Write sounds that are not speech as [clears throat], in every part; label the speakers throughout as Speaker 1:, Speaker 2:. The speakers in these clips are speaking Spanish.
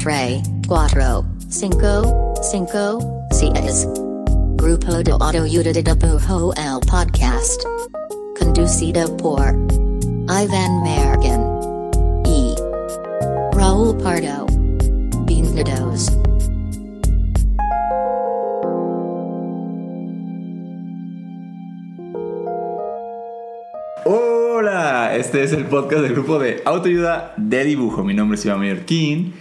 Speaker 1: Tres, cuatro, cinco, cinco, seis. Grupo de Autoyuda de Pujo el Podcast. Conducido por Ivan Mergen. E. Raul Pardo. Bienvenidos.
Speaker 2: Hola, este es el podcast del grupo de autoayuda de dibujo. Mi nombre es Iván Mallorquín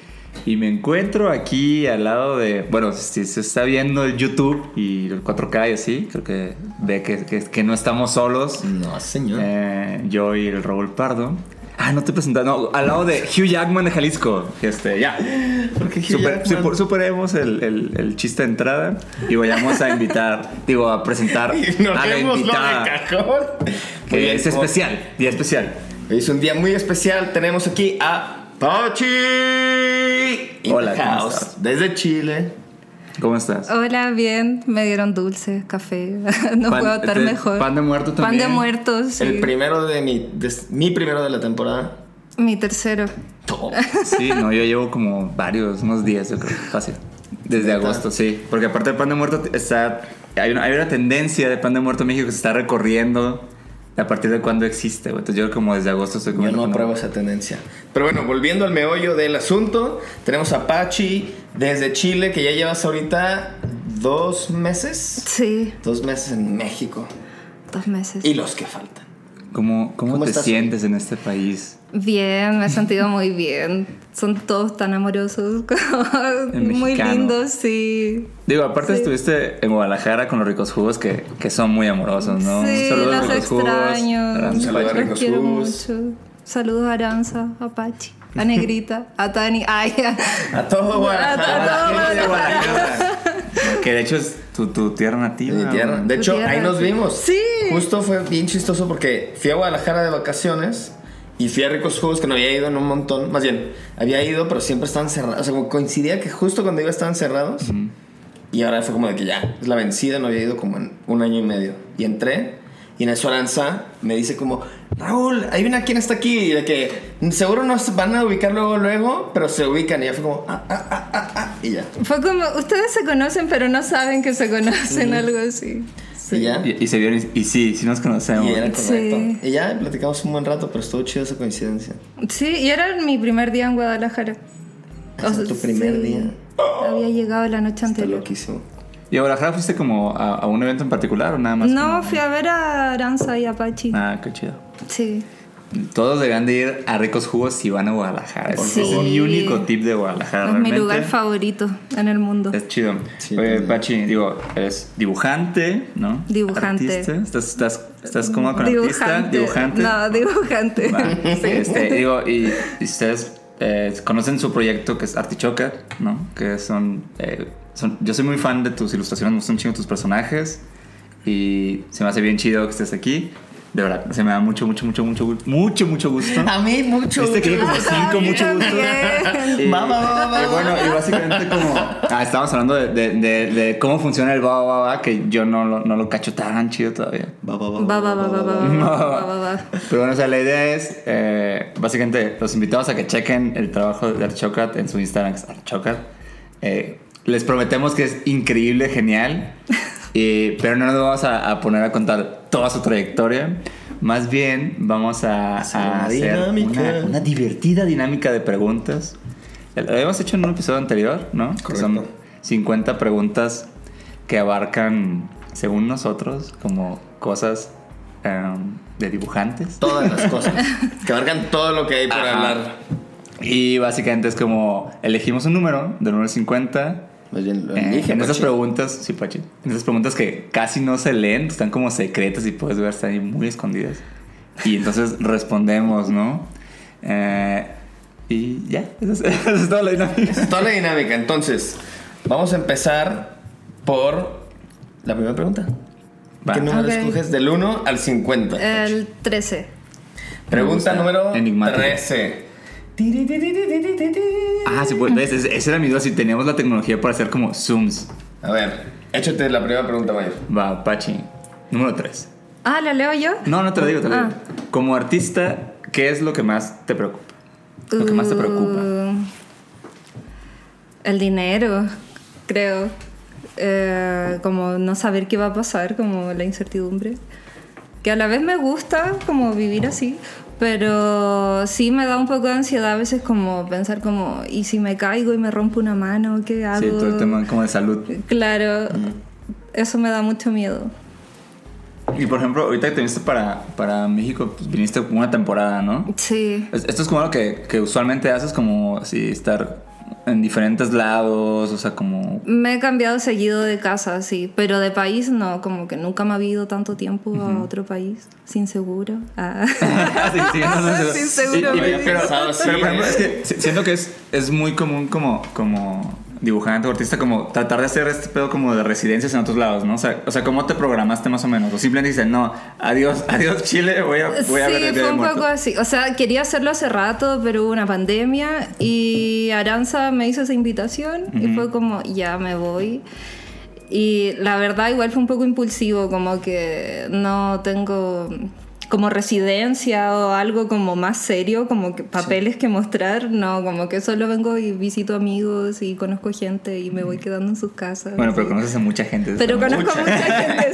Speaker 2: y me encuentro aquí al lado de, bueno, si se está viendo el YouTube y el 4K y así, creo que ve que, que- que no estamos solos.
Speaker 3: No, señor.
Speaker 2: Eh, yo y el Raúl Pardo. Ah, no te presentas, no, al lado de Hugh Jackman de Jalisco. Este, ya.
Speaker 3: Porque Hugh
Speaker 2: Super-
Speaker 3: Jackman-
Speaker 2: super- superemos el, el- el chiste de entrada y vayamos a invitar, [laughs] digo, a presentar a la
Speaker 3: Ignoremos lo de
Speaker 2: invitada.
Speaker 3: cajón. Muy
Speaker 2: Que
Speaker 3: bien,
Speaker 2: es
Speaker 3: como-
Speaker 2: especial, día especial.
Speaker 3: Hoy es un día muy especial. Tenemos aquí a Pachi. in
Speaker 2: Hola,
Speaker 3: the
Speaker 2: ¿cómo
Speaker 3: house,
Speaker 2: estás?
Speaker 3: Desde Chile.
Speaker 2: ¿Cómo estás?
Speaker 4: Hola, bien, me dieron dulce, café, [laughs] no
Speaker 2: Pan-
Speaker 4: puedo estar
Speaker 2: este,
Speaker 4: mejor.
Speaker 2: pan de muerto
Speaker 4: Pan de
Speaker 2: también.
Speaker 4: muertos,
Speaker 3: El primero de mi, de- mi primero de la temporada.
Speaker 4: mi tercero.
Speaker 3: Todo.
Speaker 2: Sí, no, yo llevo como varios, unos días, yo creo, fácil. Desde
Speaker 3: ¿Neta?
Speaker 2: agosto, sí. Porque aparte el pan de muerto está. Hay una, hay una tendencia de pan de muerto en México que se está recorriendo a partir de cuando existe, güey. Entonces yo como desde agosto estoy
Speaker 3: Yo
Speaker 2: comiendo.
Speaker 3: no
Speaker 2: pan de
Speaker 3: apruebo
Speaker 2: muerto.
Speaker 3: esa tendencia. Pero bueno, volviendo al meollo del asunto, tenemos a Pachi desde Chile, que ya llevas ahorita dos meses.
Speaker 4: Sí,
Speaker 3: Dos meses en México.
Speaker 4: dos meses.
Speaker 3: Y los que faltan.
Speaker 2: ¿Cómo, cómo,
Speaker 3: ¿Cómo
Speaker 2: te
Speaker 3: estás?
Speaker 2: sientes en este país?
Speaker 4: Bien, me
Speaker 2: [laughs]
Speaker 4: he sentido muy bien. Son todos tan amorosos, [laughs] muy
Speaker 2: mexicano.
Speaker 4: lindos, sí.
Speaker 2: Digo, aparte
Speaker 4: Sí.
Speaker 2: estuviste en Guadalajara con los ricos jugos que, que son muy amorosos, ¿no? Un
Speaker 4: Sí,
Speaker 2: saludo a
Speaker 4: los
Speaker 2: Ricos Jugos.
Speaker 4: extraño.
Speaker 2: Gran-
Speaker 3: Un saludo a
Speaker 4: los
Speaker 3: Ricos
Speaker 4: quiero
Speaker 3: Jugos.
Speaker 4: mucho. Saludos a Aranza, a Pachi,
Speaker 2: [laughs]
Speaker 4: a Negrita, a Tani. Ay, [laughs]
Speaker 3: A todo
Speaker 4: A todo
Speaker 3: Guadalajara. a la gente de
Speaker 4: Guadalajara.
Speaker 3: Guadalajara.
Speaker 2: Que de hecho es tu, tu tierra nativa.
Speaker 3: De mi tierra.
Speaker 2: güey.
Speaker 3: De hecho,
Speaker 4: tierra.
Speaker 3: ahí nos vimos.
Speaker 4: Sí.
Speaker 3: Justo fue bien chistoso porque fui a Guadalajara de vacaciones y fui a Ricos Jugos que no había ido en un montón. Más bien, había ido, pero siempre estaban cerrados. O sea, como coincidía que justo cuando iba estaban cerrados. Y ahora fue como de que ya, es la vencida, no había ido como en un año y medio. Y entré, y en eso Aranza me dice como, Raúl, hay una quien está aquí, y de que seguro nos van a ubicar luego, luego, pero se ubican. Y ya fue como, ah, ah, ah, ah, ah", y ya.
Speaker 4: fue como, ustedes se conocen, pero no saben que se conocen, algo así.
Speaker 3: Y ya.
Speaker 2: Y, y se vieron y, y sí, sí nos conocemos.
Speaker 3: Y era
Speaker 4: Sí.
Speaker 3: correcto. Y ya platicamos un buen rato, pero estuvo chido esa coincidencia.
Speaker 4: Sí, y era mi primer día en Guadalajara.
Speaker 3: O sea, tu primer día.
Speaker 4: Había llegado la noche
Speaker 3: Está
Speaker 4: anterior.
Speaker 3: loquísimo.
Speaker 2: ¿Y a Guadalajara fuiste como a, a un evento en particular o nada más?
Speaker 4: No,
Speaker 2: como-
Speaker 4: fui a ver a Aranza y a Pachi.
Speaker 2: Ah, qué chido.
Speaker 4: Sí.
Speaker 2: Todos deberían de ir a Ricos Jugos si van a Guadalajara. Ese
Speaker 4: Sí.
Speaker 2: es mi único tip de Guadalajara.
Speaker 4: Es mi
Speaker 2: ah, realmente.
Speaker 4: lugar favorito en el mundo.
Speaker 2: Es chido.
Speaker 3: Sí,
Speaker 2: Oye,
Speaker 3: también.
Speaker 2: Pachi, digo, eres dibujante, ¿no?
Speaker 4: Dibujante.
Speaker 2: Artista. ¿Estás, estás, estás cómoda con artista? Dibujante. [laughs]
Speaker 4: No, dibujante.
Speaker 2: Va.
Speaker 3: [laughs]
Speaker 4: Sí.
Speaker 2: Este, digo, y, y ustedes eh, conocen su proyecto que es Artichoca, ¿no? Que son, eh, son- Yo soy muy fan de tus ilustraciones, me gustan un chingo tus personajes. Y se me hace bien chido que estés aquí. De verdad, se me da mucho, mucho, mucho, mucho, gu- mucho, mucho gusto. Este
Speaker 3: mí [laughs] mucho.
Speaker 2: Viste que como cinco, mucho gusto.
Speaker 4: También.
Speaker 2: Y,
Speaker 3: Va, va, va, va,
Speaker 2: y bueno, y básicamente como... Ah, estábamos hablando de, de- de- de cómo funciona el va, va, va, que yo no lo, no lo cacho tan chido todavía.
Speaker 3: Va, va,
Speaker 4: Va, va, va, va,
Speaker 2: [laughs]
Speaker 4: va, va, va, va, va.
Speaker 2: Pero bueno, o sea, la idea es, eh, básicamente, los invitamos a que chequen el trabajo de Archocat en su Instagram, que es Archocat. Eh, les prometemos que es increíble, genial, y- pero no nos vamos a, a poner a contar toda su trayectoria. Más bien, vamos a,
Speaker 3: Hacer
Speaker 2: a
Speaker 3: una
Speaker 2: hacer
Speaker 3: dinámica.
Speaker 2: Una, una divertida dinámica de preguntas. Lo habíamos hecho en un episodio anterior, ¿no? Que Son
Speaker 3: Correcto.
Speaker 2: 50 preguntas que abarcan, según nosotros, como cosas em, de dibujantes.
Speaker 3: Todas las
Speaker 4: [laughs]
Speaker 3: cosas. Que abarcan todo lo que hay por
Speaker 2: Ajá.
Speaker 3: hablar.
Speaker 2: Y básicamente es como elegimos un número del 1 al 50.
Speaker 3: Más bien, lo
Speaker 2: eh,
Speaker 3: dije.
Speaker 2: en esas
Speaker 3: Pachi.
Speaker 2: preguntas, sí, Pachi. En esas preguntas que casi no se leen, están como secretas y puedes ver, están ahí muy escondidas. Y entonces [laughs] respondemos, ¿no? Eh, y ya, eso es, [laughs] eso es toda la dinámica.
Speaker 3: Toda la dinámica. Entonces, vamos a empezar por la primera pregunta.
Speaker 2: Va.
Speaker 3: ¿Qué número
Speaker 4: Ok.
Speaker 3: escoges del 1 al 50? Pachi?
Speaker 4: El 13.
Speaker 3: Pregunta
Speaker 2: Me gusta.
Speaker 3: número
Speaker 2: Enigmático.
Speaker 3: 13.
Speaker 2: Ah, sí, pues, ves, es- esa era mi duda, si teníamos la tecnología para hacer como zooms.
Speaker 3: A ver, échate la primera pregunta, Mayor.
Speaker 2: Va, Pachi. Número 3.
Speaker 4: Ah, ¿la leo yo?
Speaker 2: No, no te lo digo, te lo
Speaker 4: Ah.
Speaker 2: digo. Como artista, ¿qué es lo que más te preocupa? Lo que más te preocupa.
Speaker 4: Uh, El dinero, creo. Eh, como no saber qué va a pasar, como la incertidumbre. Que a la vez me gusta como vivir así, pero sí me da un poco de ansiedad a veces como pensar como, ¿y si me caigo y me rompo una mano? ¿Qué hago?
Speaker 2: Sí, todo el tema como de salud.
Speaker 4: Claro, eso me da mucho miedo.
Speaker 2: Y por ejemplo, ahorita que te viniste para, para México, pues, viniste como una temporada, ¿no?
Speaker 4: Sí.
Speaker 2: Es- Esto es como lo que, que usualmente haces, como así estar en diferentes lados, o sea, como...
Speaker 4: Me he cambiado seguido de casa, sí, pero de país no, como que nunca me ha habido tanto tiempo a otro país sin seguro. Ah.
Speaker 2: [laughs] sí, sí, no, no, no.
Speaker 4: Sin seguro
Speaker 2: Y- y-
Speaker 4: vivir.
Speaker 2: pero,
Speaker 3: Pasado,
Speaker 2: pero,
Speaker 3: sí,
Speaker 2: por ejemplo,
Speaker 3: ¿eh?
Speaker 2: es que si- siento que es, es muy común como, como dibujante o artista como tratar de hacer este pedo como de residencias en otros lados, ¿no? O sea, o sea ¿cómo te programaste más o menos? O simplemente dices, no, adiós, [laughs] adiós Chile, voy a, voy a
Speaker 4: sí,
Speaker 2: ver el Día
Speaker 4: fue
Speaker 2: de
Speaker 4: un poco
Speaker 2: Muertos.
Speaker 4: así. O sea, quería hacerlo hace rato, pero hubo una pandemia y Aranza me hizo esa invitación y fue como, ya me voy. Y la verdad igual fue un poco impulsivo, como que no tengo como residencia o algo como más serio, como que papeles que mostrar, no, como que solo vengo y visito amigos y conozco gente y me voy quedando en sus casas.
Speaker 2: Bueno, pero
Speaker 4: y-
Speaker 2: conoces a mucha gente.
Speaker 4: Pero
Speaker 2: también.
Speaker 4: conozco a mucha gente,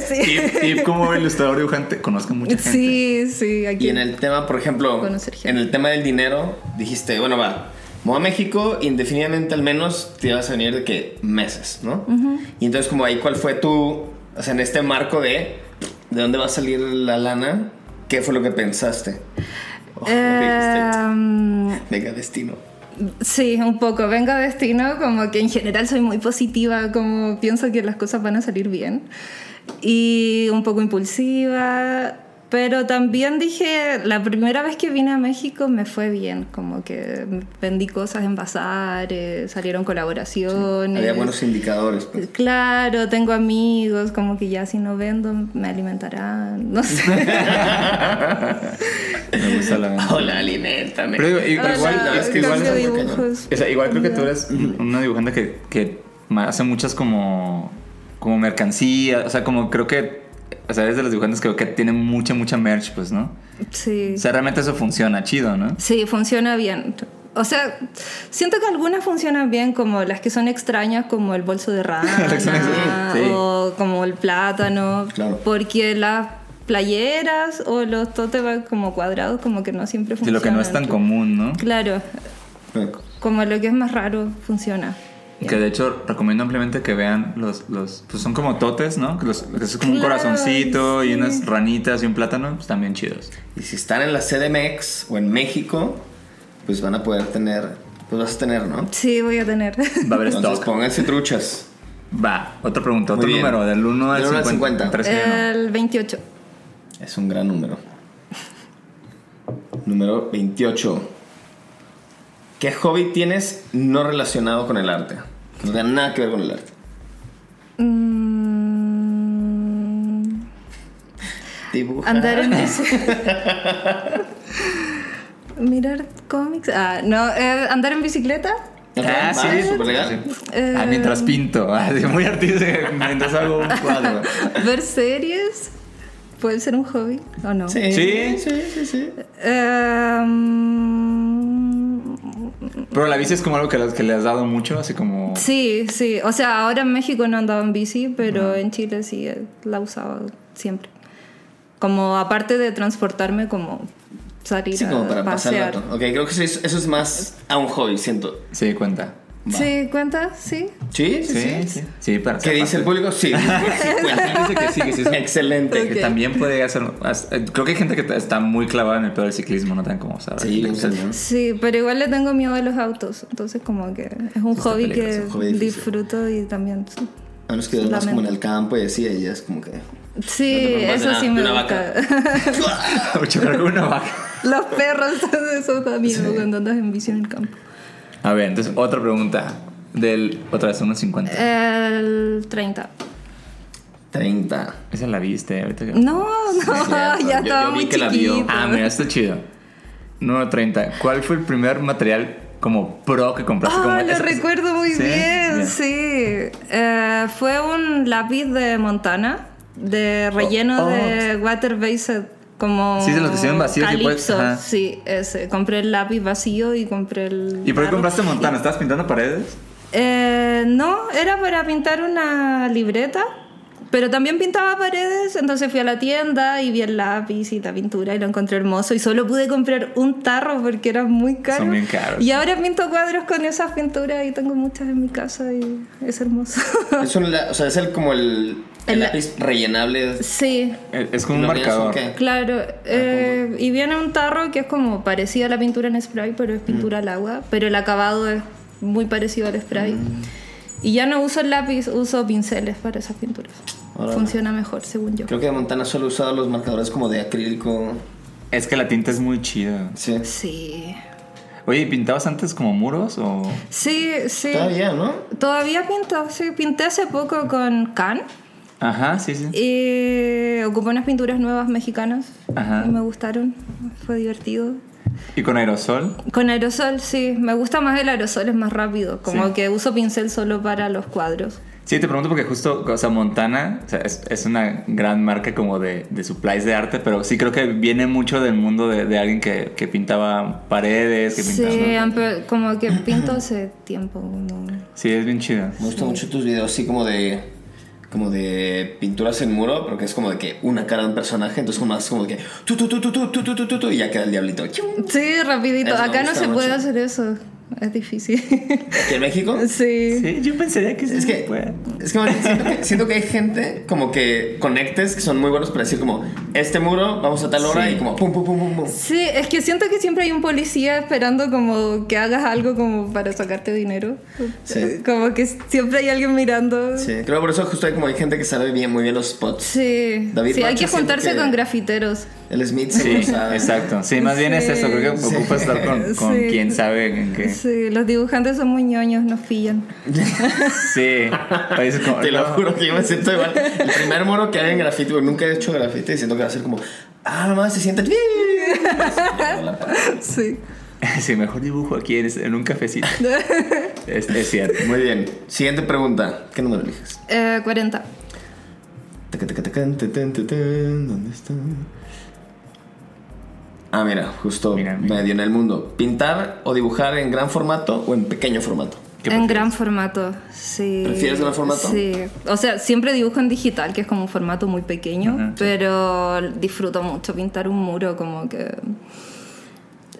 Speaker 2: [laughs]
Speaker 4: sí.
Speaker 2: Tip- tip como ilustrador dibujante, conozco a mucha gente.
Speaker 4: Sí, sí, aquí.
Speaker 3: Y en el tema, por ejemplo,
Speaker 4: Conocer gente.
Speaker 3: en el tema del dinero, dijiste, bueno, va, me voy a México, indefinidamente al menos te vas a venir de que meses, ¿no? Y entonces, como ahí, ¿cuál fue tu, o sea, en este marco de, ¿de dónde va a salir la lana? ¿Qué fue lo que pensaste? Oh, dijiste,
Speaker 4: Em,
Speaker 3: Venga, destino.
Speaker 4: Sí, un poco. Venga destino, como que en general soy muy positiva, como pienso que las cosas van a salir bien. Y un poco impulsiva. Pero también dije, la primera vez que vine a México me fue bien, como que vendí cosas en bazares, salieron colaboraciones.
Speaker 3: Había buenos indicadores. pues. [laughs]
Speaker 4: Claro, tengo amigos, como que ya si no vendo me alimentarán,
Speaker 3: [laughs]
Speaker 4: no sé.
Speaker 2: Me gusta la venta.
Speaker 3: Hola, alimentame.
Speaker 2: Pero digo, igual-
Speaker 4: Hola,
Speaker 2: es que igual-
Speaker 4: cambio
Speaker 3: está muy cañón.
Speaker 4: dibujos.
Speaker 2: O sea, igual creo que tú eres una dibujante que, que ma- hace muchas como, como mercancía. O sea, como creo que. O sea, eres de los dibujantes que, que tienen mucha, mucha merch, pues, ¿no?
Speaker 4: Sí.
Speaker 2: O sea, realmente eso funciona, chido, ¿no?
Speaker 4: Sí, funciona bien. O sea, siento que algunas funcionan bien, como las que son extrañas, como el bolso de rana
Speaker 2: [laughs] Las que son extrañas, sí.
Speaker 4: o como el plátano,
Speaker 3: Claro.
Speaker 4: porque las playeras o los tote bags como cuadrados como que no siempre
Speaker 2: De
Speaker 4: funcionan.
Speaker 2: lo que no es tan común, ¿no?
Speaker 4: Claro, como lo que es más raro funciona.
Speaker 2: Que de hecho recomiendo ampliamente que vean los, los pues son como totes, ¿no? Que los- que es como un
Speaker 4: Claro,
Speaker 2: corazoncito y
Speaker 4: sí.
Speaker 2: unas ranitas y un plátano, pues también chidos.
Speaker 3: Y si están en la CDMX o en México, pues van a poder tener, pues vas a tener, ¿no?
Speaker 4: Sí, voy a tener.
Speaker 2: Va a haber
Speaker 3: Entonces
Speaker 2: stock.
Speaker 3: pónganse truchas.
Speaker 2: Va, otra pregunta,
Speaker 3: Muy
Speaker 2: otro
Speaker 3: bien.
Speaker 2: número, del 1 al
Speaker 3: Del uno al
Speaker 2: 50.
Speaker 3: 50.
Speaker 2: Tres, ¿no?
Speaker 4: el 28.
Speaker 3: Es un gran número. Número 28. ¿Qué hobby tienes no relacionado con el arte? Que no tenga nada que ver con el arte.
Speaker 4: Mm,
Speaker 3: Dibujar.
Speaker 4: Andar en bici. [laughs] Mirar cómics. Ah, no, eh, andar en bicicleta.
Speaker 3: Ok,
Speaker 2: Ah,
Speaker 3: va,
Speaker 2: sí.
Speaker 3: súper legal.
Speaker 4: Eh,
Speaker 2: Ah, mientras pinto, así muy artista, mientras hago un
Speaker 3: Ah,
Speaker 2: cuadro.
Speaker 4: [laughs] Ver series. Puede ser un hobby o no.
Speaker 3: Sí,
Speaker 2: Sí.
Speaker 3: sí, sí, sí.
Speaker 4: Eh, mm,
Speaker 2: Pero la bici es como algo que, les- que le has dado mucho, así como...
Speaker 4: sí, sí. O sea, ahora en México no andaba en bici, pero en Chile sí eh, la usaba siempre. Como aparte de transportarme, como salir
Speaker 3: Sí,
Speaker 4: a
Speaker 3: como para pasar el
Speaker 4: pasear.
Speaker 3: rato. Ok, creo que eso es, eso es más a un hobby, siento.
Speaker 2: Sí, cuenta.
Speaker 3: Va.
Speaker 4: Sí, cuenta, sí.
Speaker 3: Sí, sí,
Speaker 2: Sí,
Speaker 3: sí.
Speaker 2: sí. Sí, para
Speaker 3: ¿Qué dice el público? Sí. sí, pues. cuenta.
Speaker 2: [laughs] Dice que sí, que sí. es-
Speaker 3: [laughs] Excelente.
Speaker 2: Que
Speaker 4: Ok.
Speaker 2: también puede llegar a ser... as- eh, Creo que hay gente que está muy clavada en el pedo del ciclismo, no tan como... O sea,
Speaker 3: Sí,
Speaker 2: le
Speaker 3: bien
Speaker 2: gusta el-
Speaker 3: cañón.
Speaker 4: Sí, pero igual le tengo miedo a los autos, entonces como que es un
Speaker 2: Está
Speaker 4: hobby
Speaker 2: peligroso,
Speaker 4: que
Speaker 3: un hobby difícil.
Speaker 4: disfruto y también... Sí,
Speaker 3: A menos que vas más
Speaker 4: Lamento.
Speaker 3: como en el campo y así, ella es como que.
Speaker 4: Sí,
Speaker 3: No te preocupes de
Speaker 4: eso
Speaker 3: nada,
Speaker 4: sí
Speaker 3: de
Speaker 4: me
Speaker 3: una
Speaker 4: gusta.
Speaker 2: [laughs] Chocar con una vaca.
Speaker 4: [laughs] los perros, eso también, cuando andas en bici en el campo.
Speaker 2: A ver, entonces, otra pregunta. Del... Otra vez, unos 50.
Speaker 4: Eh. El 30.
Speaker 3: 30.
Speaker 2: Esa la viste ahorita que...
Speaker 4: No, no,
Speaker 3: cierto.
Speaker 4: [laughs] ya
Speaker 3: Yo-
Speaker 4: estaba
Speaker 3: yo vi
Speaker 4: muy
Speaker 3: que la vio.
Speaker 4: chiquito.
Speaker 2: Ah, mira, está chido. Número 30. ¿Cuál fue el primer material como pro que compraste?
Speaker 4: Ah,
Speaker 2: como
Speaker 4: lo
Speaker 2: esa-
Speaker 4: recuerdo muy
Speaker 2: ¿Sí?
Speaker 4: bien,
Speaker 2: Ya.
Speaker 4: sí. Eh, fue un lápiz de Montana, de relleno
Speaker 2: Oh, oh.
Speaker 4: de water based, como.
Speaker 2: Sí, de los que se ven vacíos y puedes-
Speaker 4: Calypso,
Speaker 2: ajá.
Speaker 4: sí, ese. Compré el lápiz vacío y compré el.
Speaker 2: ¿Y por qué
Speaker 4: barro.
Speaker 2: compraste Montana? ¿Estabas pintando paredes?
Speaker 4: Eh, no, era para pintar una libreta, pero también pintaba paredes, entonces fui a la tienda y vi el lápiz y la pintura y lo encontré hermoso y solo pude comprar un tarro porque era muy caro.
Speaker 2: Son bien caros.
Speaker 4: Y ahora pinto cuadros con esas pinturas y tengo muchas en mi casa y es hermoso.
Speaker 3: Es un la- o sea, es el, como el, el
Speaker 4: El la-
Speaker 3: lápiz rellenable.
Speaker 4: sí.
Speaker 2: Eh, Es como un
Speaker 3: ¿Lo mío son
Speaker 2: marcador.
Speaker 3: qué?
Speaker 4: Claro, eh, y viene un tarro que es como parecido a la pintura en spray, pero es pintura al agua, pero el acabado es muy parecido al spray. Y ya no uso el lápiz, uso pinceles para esas pinturas.
Speaker 3: Órale.
Speaker 4: Funciona mejor, según yo.
Speaker 3: Creo que Montana solo usaba los marcadores como de acrílico.
Speaker 2: Es que la tinta es muy chida.
Speaker 3: Sí.
Speaker 4: Sí.
Speaker 2: Oye, ¿y ¿pintabas antes como muros o...?
Speaker 4: Sí, sí.
Speaker 3: Todavía, ¿no?
Speaker 4: Todavía pinto, sí. Pinté hace poco con Can.
Speaker 2: Ajá, sí, sí.
Speaker 4: Y ocupé unas pinturas nuevas mexicanas.
Speaker 2: Ajá.
Speaker 4: Y me gustaron. Fue divertido.
Speaker 2: ¿Y con aerosol?
Speaker 4: Con aerosol, sí. Me gusta más el aerosol, es más rápido. Como
Speaker 2: Sí.
Speaker 4: que uso pincel solo para los cuadros.
Speaker 2: Sí, te pregunto porque justo, o sea, Montana o sea, es, es una gran marca como de, de supplies de arte, pero sí creo que viene mucho del mundo de, de alguien que, que pintaba paredes, que
Speaker 4: Sí,
Speaker 2: pintaba...
Speaker 4: ampe- como que pinto hace tiempo. como-
Speaker 2: Sí, es bien chida.
Speaker 3: Me gustan mucho tus videos así como de como de pinturas en muro, porque es como de que una cara de un personaje, entonces como más como de que tu tu tu tu tu tu tu tu, tu, tu, y ya queda el diablito. Chum.
Speaker 4: Sí, rapidito.
Speaker 3: Eso me
Speaker 4: Acá no
Speaker 3: gusta
Speaker 4: se puede
Speaker 3: mucho.
Speaker 4: hacer eso. Es difícil. [laughs]
Speaker 3: Aquí en México
Speaker 4: sí.
Speaker 2: Sí, yo pensaría que sí
Speaker 3: es
Speaker 2: se
Speaker 3: que
Speaker 2: puede.
Speaker 3: es que, más bien siento que siento que hay gente como que conectes que son muy buenos para decir como este muro vamos a tal hora
Speaker 2: Sí.
Speaker 3: y como pum pum pum pum pum.
Speaker 4: Sí, es que siento que siempre hay un policía esperando como que hagas algo como para sacarte dinero.
Speaker 3: Sí.
Speaker 4: Como que siempre hay alguien mirando.
Speaker 3: Sí, creo que por eso justo hay como hay gente que sabe bien muy bien los spots.
Speaker 4: Sí,
Speaker 3: David
Speaker 4: sí hay
Speaker 3: Macho
Speaker 4: que juntarse
Speaker 3: siento que-
Speaker 4: con grafiteros.
Speaker 3: El Smith
Speaker 2: Sí,
Speaker 3: seguro sabe.
Speaker 2: exacto. Sí, más bien es
Speaker 4: Sí.
Speaker 2: eso. Creo que ocupa estar con, con
Speaker 4: Sí.
Speaker 2: quien sabe en qué. Sí.
Speaker 4: Sí, los dibujantes son muy ñoños, nos pillan. [laughs]
Speaker 2: Ahí es como-
Speaker 3: Te lo
Speaker 2: no.
Speaker 3: juro que yo me siento igual. El primer muro que haga en grafiti, porque nunca he hecho grafiti, siento que va a ser como, ah, nomás se sienta.
Speaker 4: Sí.
Speaker 2: [laughs] Sí, mejor dibujo aquí en, en un
Speaker 4: [laughs]
Speaker 2: cafecito. es, es cierto.
Speaker 3: Muy bien. Siguiente pregunta. ¿Qué número eliges?
Speaker 4: Eh, 40.
Speaker 3: Tacatacatán, tatán, tatán, ¿Dónde está? Ah, mira, justo
Speaker 2: Mira, mira.
Speaker 3: medio en el mundo. ¿Pintar o dibujar en gran formato o en pequeño formato?
Speaker 2: ¿Qué
Speaker 4: En
Speaker 2: prefieres?
Speaker 4: gran formato, sí.
Speaker 3: ¿Prefieres gran formato?
Speaker 4: Sí. O sea, siempre dibujo en digital, que es como un formato muy pequeño,
Speaker 2: Ujú, sí.
Speaker 4: pero disfruto mucho pintar un muro, como que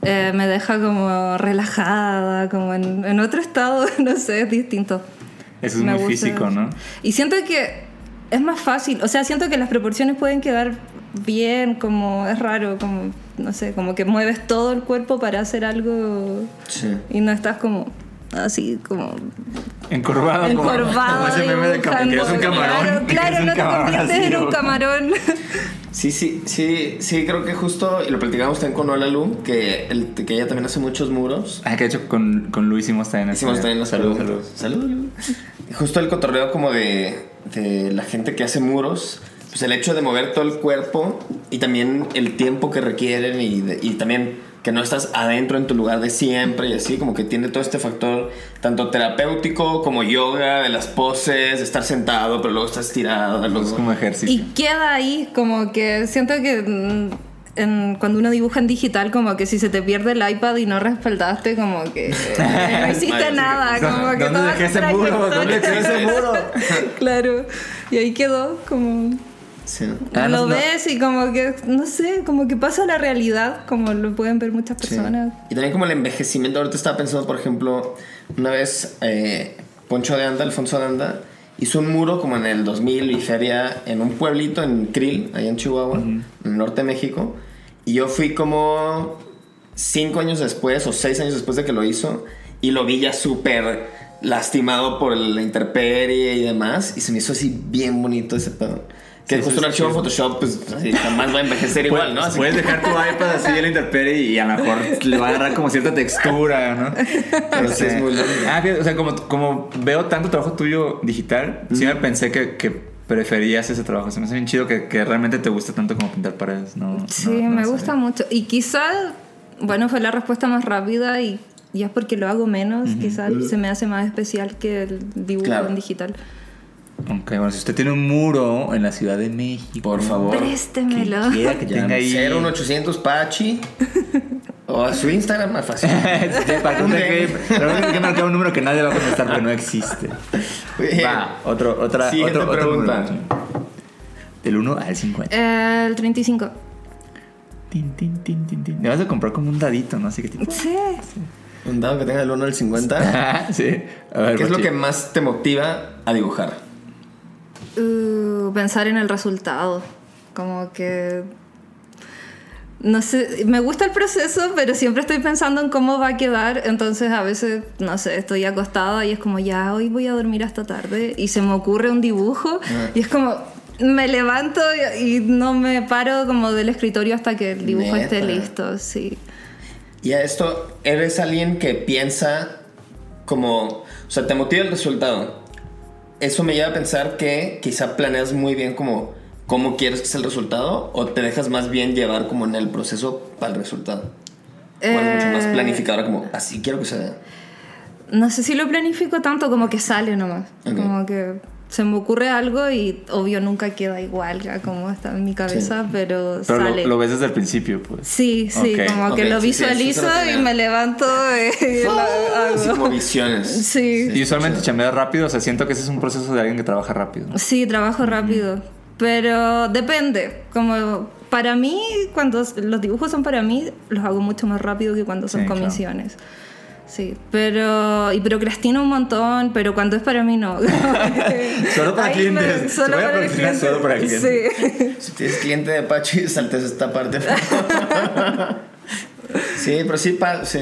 Speaker 4: eh, me deja como relajada, como en, en otro estado, [laughs] no sé, es distinto.
Speaker 2: Eso es
Speaker 4: Me
Speaker 2: muy
Speaker 4: gusta.
Speaker 2: físico, ¿no?
Speaker 4: Y siento que es más fácil, o sea, siento que las proporciones pueden quedar bien, como es raro, como, no sé, como que mueves todo el cuerpo para hacer algo
Speaker 3: Sí.
Speaker 4: y no estás como así, como
Speaker 2: Encorvado. Ah, como-
Speaker 4: encorvado
Speaker 2: como ese meme de cam-
Speaker 4: dibujando.
Speaker 2: que eres un camarón. [laughs]
Speaker 4: Claro,
Speaker 2: que
Speaker 4: claro,
Speaker 2: eres un
Speaker 4: no te
Speaker 2: camarón
Speaker 4: conviertes
Speaker 2: así,
Speaker 4: en
Speaker 2: ¿no?
Speaker 4: un camarón.
Speaker 3: Sí, sí, sí, sí, creo que justo, y lo platicamos también con Hola Lu, que, el, que ella también hace muchos muros.
Speaker 2: Ah, que de hecho con, con Luis hicimos también
Speaker 3: Hicimos
Speaker 2: este-
Speaker 3: también los
Speaker 2: Salud,
Speaker 3: saludos.
Speaker 2: salud.
Speaker 3: Saludos. Justo el cotorreo como de, de la gente que hace muros, pues el hecho de mover todo el cuerpo y también el tiempo que requieren y, de- y también que no estás adentro en tu lugar de siempre y así, como que tiene todo este factor tanto terapéutico como yoga, de las poses, de estar sentado, pero luego estás estirado. luego-
Speaker 2: Es como
Speaker 4: Y
Speaker 2: ejercicio.
Speaker 4: queda ahí, como que siento que mm, en- cuando uno dibuja en digital, como que si se te pierde el iPad y no respaldaste, como
Speaker 2: [laughs]
Speaker 4: que eh, no hiciste
Speaker 3: Vale,
Speaker 4: nada. Como que
Speaker 2: ¿Dónde
Speaker 4: toda
Speaker 2: dejé
Speaker 4: tu
Speaker 2: ese muro? ¿Dónde dejé
Speaker 4: trayectoria-
Speaker 2: ese muro?
Speaker 4: [laughs] Claro, y ahí quedó como...
Speaker 3: Sí.
Speaker 2: Ah, no,
Speaker 4: lo
Speaker 2: no.
Speaker 4: ves y como que, no sé, como que pasa la realidad, como lo pueden ver muchas
Speaker 3: Sí.
Speaker 4: personas.
Speaker 3: Y también como el envejecimiento. Ahorita estaba pensando, por ejemplo, una vez eh, Poncho de Anda, Alfonso de Anda, hizo un muro como en el 2000 y feria en un pueblito en Krill, allá en Chihuahua, en el norte de México. Y yo fui como cinco años después o seis años después de que lo hizo y lo vi ya súper lastimado por la interperie y demás. Y se me hizo así bien bonito ese pedo. Que
Speaker 2: Sí, eso
Speaker 3: justo un
Speaker 2: es
Speaker 3: archivo en
Speaker 2: chido.
Speaker 3: Photoshop, pues así, jamás va a envejecer igual, ¿no?
Speaker 2: Puedes-
Speaker 3: Así
Speaker 2: Puedes dejar tu iPad así en la intemperie y a lo
Speaker 3: [laughs]
Speaker 2: mejor le va a agarrar como cierta textura, ¿no?
Speaker 3: Pero sí es muy lindo.
Speaker 2: Ah, fíjate, o sea, como, como veo tanto trabajo tuyo digital, sí me pensé que, que preferías ese trabajo. Se me hace bien chido que, que realmente te gusta tanto como pintar paredes, ¿no?
Speaker 4: Sí,
Speaker 2: no- no
Speaker 4: me
Speaker 2: sabía.
Speaker 4: gusta mucho. Y quizá, bueno, fue la respuesta más rápida y, y es porque lo hago menos, quizá se me hace más especial que el dibujo
Speaker 3: Claro.
Speaker 4: en digital.
Speaker 2: Ok, bueno, si usted tiene un muro en la Ciudad de México.
Speaker 3: Por favor.
Speaker 4: Préstemelo.
Speaker 2: Quien quiera que
Speaker 3: Ya,
Speaker 2: [laughs] tenga ahí.
Speaker 3: 01800 Pachi. O a su Instagram
Speaker 2: [laughs]
Speaker 3: más fácil.
Speaker 2: Sí, para que no tenga que- pero hay que marcar un número que nadie va a contestar porque no existe.
Speaker 3: Bien.
Speaker 2: Va, otro, otra,
Speaker 3: Siguiente
Speaker 2: otro, otro
Speaker 3: pregunta.
Speaker 2: número. Del 1 al 50.
Speaker 4: Eh, El 35.
Speaker 2: Tin, tin, tin, tin, tin. Le vas a comprar como un dadito, ¿no? Así que tipo. [laughs]
Speaker 4: Sí.
Speaker 3: Un dado que tenga el 1 al 50.
Speaker 2: Ajá, sí. A ver,
Speaker 3: ¿Qué es lo
Speaker 2: Mochi.
Speaker 3: que más te motiva a dibujar?
Speaker 4: Uh, pensar en el resultado. Como que. No sé, me gusta el proceso, pero siempre estoy pensando en cómo va a quedar. Entonces, a veces, no sé, estoy acostada y es como, ya hoy voy a dormir hasta tarde. Y se me ocurre un dibujo. Y es como, me levanto y, y no me paro como del escritorio hasta que el dibujo esté
Speaker 3: Neta.
Speaker 4: listo. Sí.
Speaker 3: Y a esto, ¿eres alguien que piensa como, o sea, te motiva el resultado? Eso me lleva a pensar que quizá planeas muy bien como cómo quieres que sea el resultado o te dejas más bien llevar como en el proceso para el resultado. O eres mucho más
Speaker 4: Eh,
Speaker 3: planificadora como, así quiero que se vea.
Speaker 4: No sé si lo planifico tanto como que sale nomás.
Speaker 3: Ok.
Speaker 4: Como que se me ocurre algo y obvio nunca queda igual a como está en mi cabeza, pero,
Speaker 2: Pero
Speaker 4: sale.
Speaker 2: lo, lo ves desde el principio, pues.
Speaker 4: Sí, sí,
Speaker 2: Ok,
Speaker 4: como que
Speaker 3: ok,
Speaker 4: lo
Speaker 3: sí, sí, eso es
Speaker 4: visualizo
Speaker 3: lo que
Speaker 4: y
Speaker 3: me-
Speaker 4: me levanto y
Speaker 3: [laughs]
Speaker 4: lo
Speaker 3: Así
Speaker 4: hago.
Speaker 3: como visiones.
Speaker 4: Sí,
Speaker 2: Y usualmente chambeas rápido, o sea, siento que ese es un proceso de alguien que trabaja rápido. ¿no?
Speaker 4: sí, trabajo rápido. Pero depende, como para mí, cuando s- los dibujos son para mí, los hago mucho más rápido que cuando son
Speaker 2: Sí, claro.
Speaker 4: comisiones. Sí, pero. Y procrastino un montón, pero cuando es para mí no.
Speaker 2: [laughs] Solo para
Speaker 4: Ahí
Speaker 2: clientes.
Speaker 4: me-
Speaker 2: Se voy a procrastinar solo para clientes.
Speaker 4: Sí. [laughs]
Speaker 3: Si tienes cliente de Apache, [laughs] saltes esta parte. sí, pero sí, pa- sí.